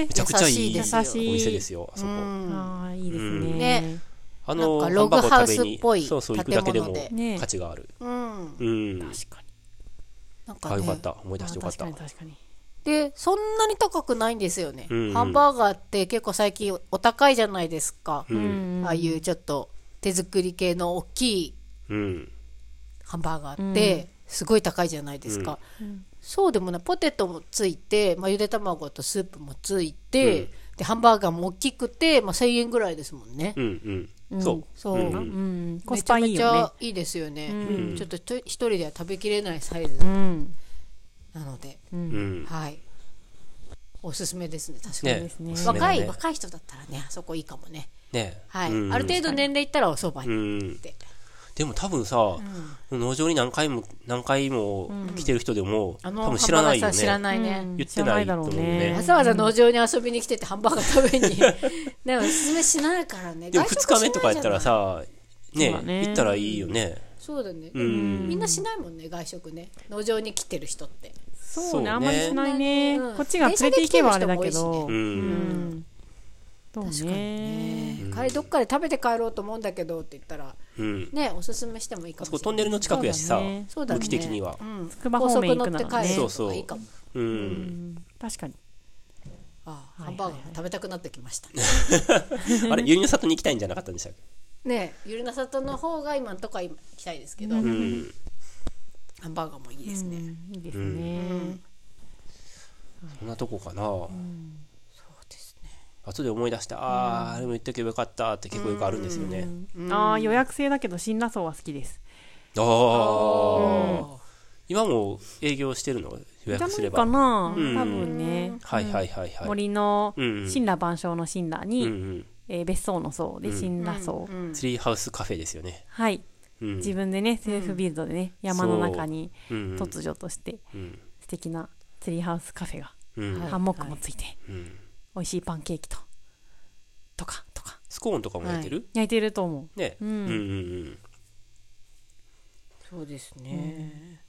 Speaker 2: え
Speaker 3: めちゃくちゃい
Speaker 1: 優
Speaker 2: しい
Speaker 3: い
Speaker 2: ですよ
Speaker 3: お店ですよあそこ、
Speaker 1: うん
Speaker 2: ああいいですね。
Speaker 3: うん
Speaker 1: ね
Speaker 3: あ
Speaker 1: なん
Speaker 3: の
Speaker 1: か
Speaker 3: ハ
Speaker 1: ロ
Speaker 3: ン
Speaker 1: グ
Speaker 3: バーガ
Speaker 1: ハウ
Speaker 3: ー
Speaker 1: ス
Speaker 3: 食
Speaker 1: っ
Speaker 3: べに
Speaker 1: ぽい
Speaker 3: そうそう行くだけでも
Speaker 1: 建
Speaker 2: 物で
Speaker 3: 価値がある、
Speaker 1: うん
Speaker 3: うん
Speaker 2: 確かに。
Speaker 1: なんか
Speaker 3: あよかっ
Speaker 1: ね
Speaker 3: た思い出してよかった
Speaker 2: あー確かに確かに。
Speaker 1: でそんなに高くないんですよね
Speaker 3: うん
Speaker 1: ハンバーガーって結構最近お高いじゃないですか
Speaker 3: うん
Speaker 1: ああいうちょっと手作り系の大きい
Speaker 3: うん
Speaker 1: ハンバーガーってすごい高いじゃないですか、そうでもないポテトもついて、まあ、ゆで卵とスープもついて、
Speaker 3: うん
Speaker 1: でハンバーガーも大きくて、まあ、1000円ぐらいですもんね、
Speaker 3: うんうんそう
Speaker 1: そう、
Speaker 3: うん
Speaker 2: うん。コ
Speaker 1: め
Speaker 2: ス
Speaker 1: ちゃ
Speaker 2: パ
Speaker 1: め
Speaker 2: いい
Speaker 1: ち
Speaker 2: よね
Speaker 1: ゃ。いいですよね、
Speaker 3: ん
Speaker 1: ちょっとちょ一人では食べきれないサイズ
Speaker 2: うん。
Speaker 1: なので、
Speaker 3: うん
Speaker 1: はいおすすめですね確かに、
Speaker 3: ね
Speaker 2: ですね
Speaker 3: おすすめだ
Speaker 1: 若い
Speaker 3: ね
Speaker 1: 若い人だったらねあそこいいかもね
Speaker 3: ね
Speaker 1: はい、
Speaker 3: うん
Speaker 1: ある程度年齢いったらおそば
Speaker 3: う
Speaker 1: に
Speaker 3: ん
Speaker 1: って、
Speaker 3: でも多分さ、農場に何回も何回も来てる人でも、
Speaker 1: あの
Speaker 3: 多
Speaker 1: ハン
Speaker 3: 分
Speaker 1: バ
Speaker 3: 知ら
Speaker 1: ーガ
Speaker 3: な
Speaker 1: ー
Speaker 3: いよ
Speaker 1: さん
Speaker 3: ね
Speaker 1: 知らないね、
Speaker 2: うん
Speaker 3: 言ってないと思う
Speaker 2: 知らないだろう
Speaker 3: ね
Speaker 1: わざわざ農場に遊びに来ててハンバーガー食べ にでも勧めしないからね
Speaker 3: でも
Speaker 1: 外
Speaker 3: 2
Speaker 1: 食
Speaker 3: 日目とかやったら
Speaker 1: しない
Speaker 3: さね
Speaker 2: そうだね
Speaker 3: 行ったらいいよ
Speaker 1: じ
Speaker 3: ね
Speaker 1: ゃないそうだね、
Speaker 3: うん
Speaker 1: みんなしないもんね外食ね農場に来てる人って
Speaker 2: そうねあんまりしないね
Speaker 1: うん。
Speaker 2: こっちが連れて行けばあれだけ
Speaker 1: 電車で来てる人も
Speaker 2: どう
Speaker 3: う。
Speaker 2: んん。そうね。
Speaker 1: ね帰りどっかで食べて帰ろうと思うんだけどって言ったら
Speaker 3: うん
Speaker 1: ねおすすめしてもいいか
Speaker 3: あ
Speaker 1: も
Speaker 3: そ
Speaker 1: し
Speaker 3: こ
Speaker 1: れ
Speaker 3: トン
Speaker 1: ない
Speaker 3: ネルの近くやしさ、
Speaker 2: そうだね
Speaker 1: そうだね
Speaker 3: 向き的には
Speaker 1: うん
Speaker 2: 筑波
Speaker 1: 高
Speaker 2: 方
Speaker 1: 速
Speaker 2: 面
Speaker 1: 乗っ
Speaker 2: 行くな
Speaker 1: て
Speaker 2: ら
Speaker 1: 帰
Speaker 2: ね
Speaker 1: る。
Speaker 3: そ
Speaker 1: と
Speaker 3: うそ
Speaker 1: か
Speaker 3: う
Speaker 1: いいかも
Speaker 3: うん、
Speaker 2: 確かに。
Speaker 1: ああ
Speaker 2: は
Speaker 1: ハ
Speaker 2: い
Speaker 1: ンバーガー食べたくなってきましたね
Speaker 3: あれゆりの里に行きたいんじゃなかったんでしたっけ
Speaker 1: ねゆるな里の方が今のとこは今行きたいですけど
Speaker 3: う
Speaker 1: ハ
Speaker 3: ん
Speaker 1: ンバーガーもいいですね
Speaker 2: うんいいですね。
Speaker 3: そんなとこかな、
Speaker 1: そうですね
Speaker 3: 後で思い出してああ、あれも言っとけばよかったって結構よくあるんですよね、
Speaker 2: ああ予約制だけど辛辣層は好きです。
Speaker 3: ああ、
Speaker 1: あ
Speaker 3: 今も営業してるの予
Speaker 2: じゃ
Speaker 3: 約す
Speaker 2: な
Speaker 3: れ
Speaker 2: いか
Speaker 3: ば
Speaker 2: な。
Speaker 3: うん
Speaker 2: 多分ね。
Speaker 3: はいはいはいはい、
Speaker 2: 森の
Speaker 3: うん
Speaker 2: 神羅万象の神羅に、
Speaker 3: うん
Speaker 2: えー別荘の層で神羅層、
Speaker 3: うん、ツリーハウスカフェですよね、
Speaker 2: はい
Speaker 3: うん、
Speaker 2: 自分でねセルフビルドでね、山の中に
Speaker 3: うんうん
Speaker 2: 突如として
Speaker 3: うん
Speaker 2: 素敵なツリーハウスカフェが、
Speaker 3: うん
Speaker 1: はい
Speaker 2: ハンモックもついて、
Speaker 3: うん
Speaker 2: 美味しいパンケーキととかとか
Speaker 3: スコーンとかもやってる、
Speaker 2: 焼いてると思
Speaker 3: ね、うんうんうん
Speaker 1: そうですね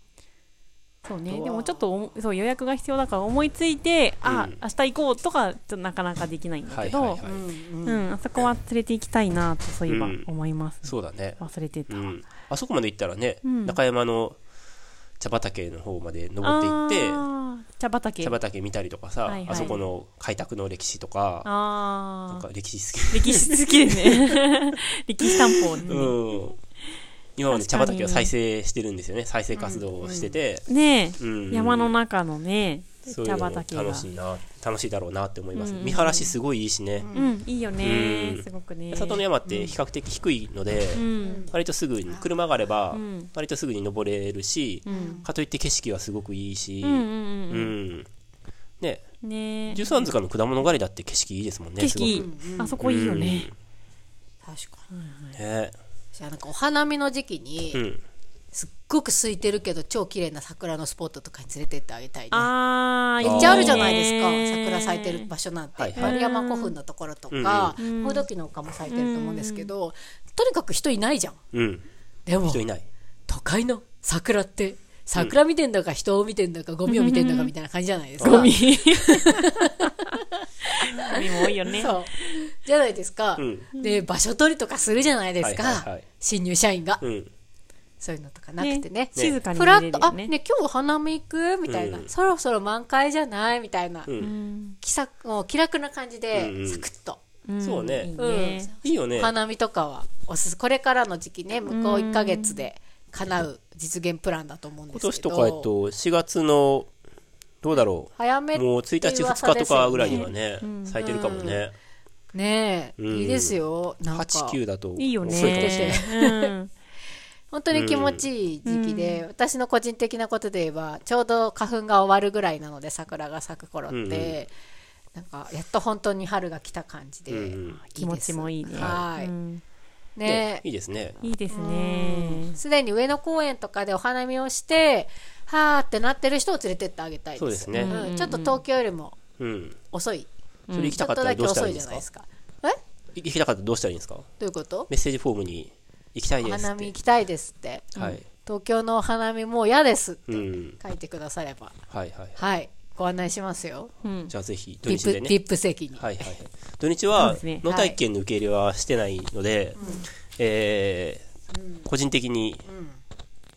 Speaker 2: うそうね
Speaker 1: あとは
Speaker 2: でもちょっとおもそう予約が必要だから思いついて、あ
Speaker 3: うん
Speaker 2: 明日行こうとかちょっとなかなかできないんだ
Speaker 3: は
Speaker 2: け
Speaker 3: い
Speaker 2: ど、
Speaker 3: はいはい、
Speaker 1: うんうん
Speaker 2: うんあそこは連れて行きたいなとそういえば
Speaker 3: うん
Speaker 2: 思います、
Speaker 3: そうだね、
Speaker 2: 忘れて
Speaker 3: う
Speaker 2: た、
Speaker 3: ん、あそこまで行ったらね、中山の茶畑の方まで登
Speaker 2: あ
Speaker 3: って行
Speaker 2: あ
Speaker 3: っ
Speaker 2: ー茶
Speaker 3: て
Speaker 2: 畑
Speaker 3: 茶畑見たりとかさ、
Speaker 2: はいはい
Speaker 3: あそこの開拓の歴史とか
Speaker 2: ああ
Speaker 3: なんか歴史好
Speaker 2: 歴史好きですね。歴史担保です
Speaker 3: き、
Speaker 2: ね。
Speaker 3: うん、今まで茶畑を再生してるんですよね再生活動をしてて、
Speaker 2: ねえ、
Speaker 3: うん
Speaker 2: 山の中のね、
Speaker 3: そういう
Speaker 2: 茶
Speaker 3: のも
Speaker 2: 畑が。
Speaker 3: 楽しいな楽しいだろうなって思います、見晴らしすごいいいしね、
Speaker 2: うん、いいよね、
Speaker 3: うん
Speaker 2: すごくね。
Speaker 3: 里の山って比較的低いので、
Speaker 2: うん、
Speaker 3: 割とすぐに車があれば
Speaker 2: ん
Speaker 3: 割とすぐに登れるし、
Speaker 2: うん、
Speaker 3: かといって景色はすごくいいし、
Speaker 2: うん、うん、うん。
Speaker 3: うんね、
Speaker 2: ね
Speaker 3: 十三塚の果物狩りだって景色いいですもんね。
Speaker 2: 景色い
Speaker 3: す
Speaker 2: い
Speaker 3: ごく。
Speaker 1: うん
Speaker 2: あそこいいよね。
Speaker 1: 確かに
Speaker 3: ね、
Speaker 1: じゃあなんかお花見の時期に、
Speaker 3: うん。
Speaker 1: すっごく空いてるけど超綺麗な桜のスポットとかに連れてってあげたいね
Speaker 2: ああ、
Speaker 1: めっちゃあるじゃないですか、
Speaker 2: いいね
Speaker 1: 桜咲いてる場所なんて、
Speaker 3: はいはい
Speaker 1: 丸山古墳のところとか、ホイドキの丘も咲いてると思うんですけど、とにかく人いないじゃん
Speaker 3: うん。
Speaker 1: でも
Speaker 3: 人いない。
Speaker 1: 都会の桜って桜見てんだか人を見てんだかゴミを見てんだかみたいな感じじゃないですか
Speaker 2: ゴミ。ゴミも多いよね。
Speaker 1: そうじゃないですか、
Speaker 3: うん
Speaker 1: で場所取りとかするじゃないですか、
Speaker 3: はいはいはい
Speaker 1: 新入社員が、
Speaker 3: うん。
Speaker 1: そういうのとかなくてね
Speaker 2: 静かに
Speaker 1: ふ
Speaker 2: 見
Speaker 1: ら
Speaker 2: れ
Speaker 1: っ
Speaker 2: る
Speaker 1: と、あ
Speaker 2: よ
Speaker 1: ね
Speaker 2: ね。
Speaker 1: 今日お花見行くみたいな、
Speaker 3: うん
Speaker 1: そろそろ満開じゃないみたいな、
Speaker 3: う。
Speaker 2: うんん
Speaker 1: 気さもう気楽な感じで、
Speaker 3: うんうん
Speaker 1: サクッと、
Speaker 2: ん
Speaker 3: そうね
Speaker 2: いい
Speaker 1: うん
Speaker 2: ね
Speaker 3: いいよね。
Speaker 1: 花見とかはおすすこれからの時期ね向こう1か月で叶う実現プランだと思うんで
Speaker 3: 今
Speaker 1: す
Speaker 3: 年
Speaker 1: けど
Speaker 3: とか、えっと、4月の、どうだろ
Speaker 1: 早め
Speaker 3: う。
Speaker 1: って
Speaker 3: もう1日、
Speaker 1: 噂
Speaker 3: 2日
Speaker 1: で
Speaker 3: と
Speaker 1: すよね
Speaker 3: かぐらいにはね、咲いてるかもね。
Speaker 1: ねえ、
Speaker 3: うん
Speaker 1: いいですよなんか
Speaker 3: 8、9だと。
Speaker 2: いいよ
Speaker 3: 遅いかもしれ
Speaker 2: ね
Speaker 3: ない。。
Speaker 2: うん
Speaker 1: 本当に気持ちいい時期で、私の個人的なことで言えばちょうど花粉が終わるぐらいなので桜が咲く頃って、
Speaker 3: うんうん
Speaker 1: なんかやっと本当に春が来た感じで、
Speaker 3: うんうん
Speaker 2: 気持ちもいいね。
Speaker 1: はい
Speaker 2: うん
Speaker 1: ね
Speaker 3: ねいいですね。
Speaker 2: いいですね。
Speaker 1: すでに上野公園とかでお花見をしてはーってなってる人を連れてってあげたいです
Speaker 3: そうですね
Speaker 1: んちょっと東京よりも
Speaker 3: うん。
Speaker 1: 遅い
Speaker 3: それ行き
Speaker 1: ちょ
Speaker 3: た
Speaker 1: っ
Speaker 3: かっ
Speaker 1: と
Speaker 3: た
Speaker 1: だ
Speaker 3: ら
Speaker 1: け
Speaker 3: どうした
Speaker 1: 遅
Speaker 3: らい
Speaker 1: い
Speaker 3: いん
Speaker 1: じ
Speaker 3: で
Speaker 1: ゃ
Speaker 3: す
Speaker 1: ない
Speaker 3: か
Speaker 1: ですかえ
Speaker 3: 行きたかったらどうしたらいいんですか
Speaker 1: どういうこと
Speaker 3: メッセージフォームに行きたい
Speaker 1: お
Speaker 3: です
Speaker 1: 花見
Speaker 3: っ
Speaker 1: 行きたいですって
Speaker 3: て。はい。
Speaker 1: 東京のお花見もう嫌ですって
Speaker 3: うん。
Speaker 1: 書いてくだされば
Speaker 3: はいはい。
Speaker 1: はいご案内しますよ
Speaker 2: うん。
Speaker 3: じゃあぜひ、土
Speaker 1: ビ
Speaker 3: 日で
Speaker 1: ッ
Speaker 3: ね
Speaker 1: プ。ビップ席に
Speaker 3: はいはいはい。土日
Speaker 2: そう
Speaker 3: は
Speaker 2: ですね、
Speaker 3: 農体験の受け入れはしてないので、えー個人的に、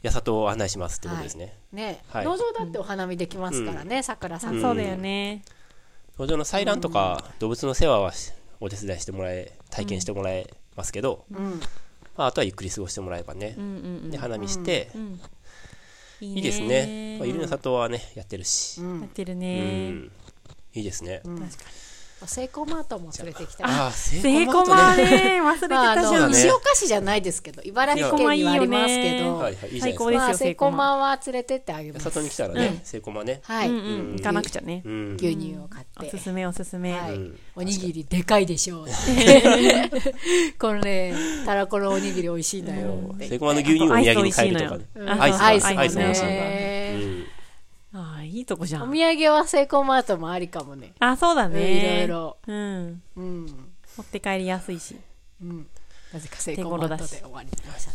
Speaker 3: やさとを案内しますってことですね。
Speaker 1: ね
Speaker 3: はい
Speaker 1: 農場だってお花見できますからね桜さ
Speaker 2: あ
Speaker 1: ん
Speaker 2: そうだよね。
Speaker 3: 農場の採卵とか、動物の世話はしお手伝いしてもらえ、体験してもらえますけど、
Speaker 1: うん
Speaker 3: まあ、あとはゆっくり過ごしてもらえばね
Speaker 2: う。んうん
Speaker 3: で、花見して、
Speaker 2: うん。い
Speaker 3: いいですね。まあ、ゆりの里はね、やってるし
Speaker 1: う。
Speaker 2: やっ
Speaker 1: ん
Speaker 2: てる
Speaker 3: う
Speaker 2: ね。
Speaker 3: ん。いいですね。
Speaker 1: セイコーマートも連れてきたい
Speaker 3: ああ、成
Speaker 2: セイコ
Speaker 3: もあ
Speaker 2: マ
Speaker 3: ったね
Speaker 2: ね、忘れて
Speaker 1: まああ
Speaker 2: たじゃ
Speaker 1: の
Speaker 2: ん。
Speaker 3: ね
Speaker 1: 石岡市じゃないですけど茨城県にはありますけど
Speaker 3: はいはい、いいじゃな
Speaker 2: 最
Speaker 3: いです
Speaker 2: 高
Speaker 3: か。
Speaker 2: で
Speaker 1: ますあ
Speaker 2: よ、
Speaker 1: セイ
Speaker 2: セイ
Speaker 1: コー
Speaker 2: コ
Speaker 1: マ
Speaker 2: マ。
Speaker 1: ーは連れてってあげま
Speaker 3: や
Speaker 1: す
Speaker 3: さとに来たらね、セイコマね。
Speaker 1: は
Speaker 2: う
Speaker 1: い
Speaker 2: んうん。行かなくちゃね
Speaker 3: う。ん。
Speaker 1: 牛乳を買っ
Speaker 2: お
Speaker 1: て
Speaker 2: すすめおすすめ。
Speaker 1: はい
Speaker 3: うん
Speaker 1: おにぎりでかいでしょう このねたらこのおにぎり美味しいんだよって
Speaker 3: セイコマの牛乳をお土産に買えるとかね。
Speaker 1: うん
Speaker 2: アイス
Speaker 1: アイス
Speaker 3: ア
Speaker 1: も
Speaker 3: イスも美味しいんだ
Speaker 1: ね
Speaker 2: ああ、いいとこじゃ
Speaker 1: お
Speaker 2: ん。
Speaker 1: 土産はセイコーマートもありかもね
Speaker 2: あ、そうだね。
Speaker 1: いろ
Speaker 2: うん。
Speaker 1: うん
Speaker 2: 持って帰りやすいし。
Speaker 1: うんなぜかセイコーマートで終わりまし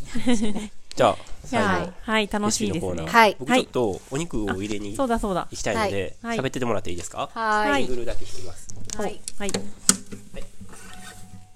Speaker 1: たね
Speaker 3: じゃあ、
Speaker 1: じゃあ
Speaker 3: 最後、
Speaker 2: はい、楽しいです
Speaker 3: レシピのコーナ
Speaker 2: ね
Speaker 3: ー。
Speaker 1: はい
Speaker 3: 僕ちょっとお肉を入れに
Speaker 2: そう
Speaker 3: 行
Speaker 2: だそうだ。
Speaker 3: きたいので、
Speaker 2: はい
Speaker 3: 喋っててもらっていいですか
Speaker 1: は
Speaker 2: は
Speaker 1: ーい
Speaker 2: い
Speaker 3: ジングルだけ弾きます。
Speaker 1: はい
Speaker 2: はい。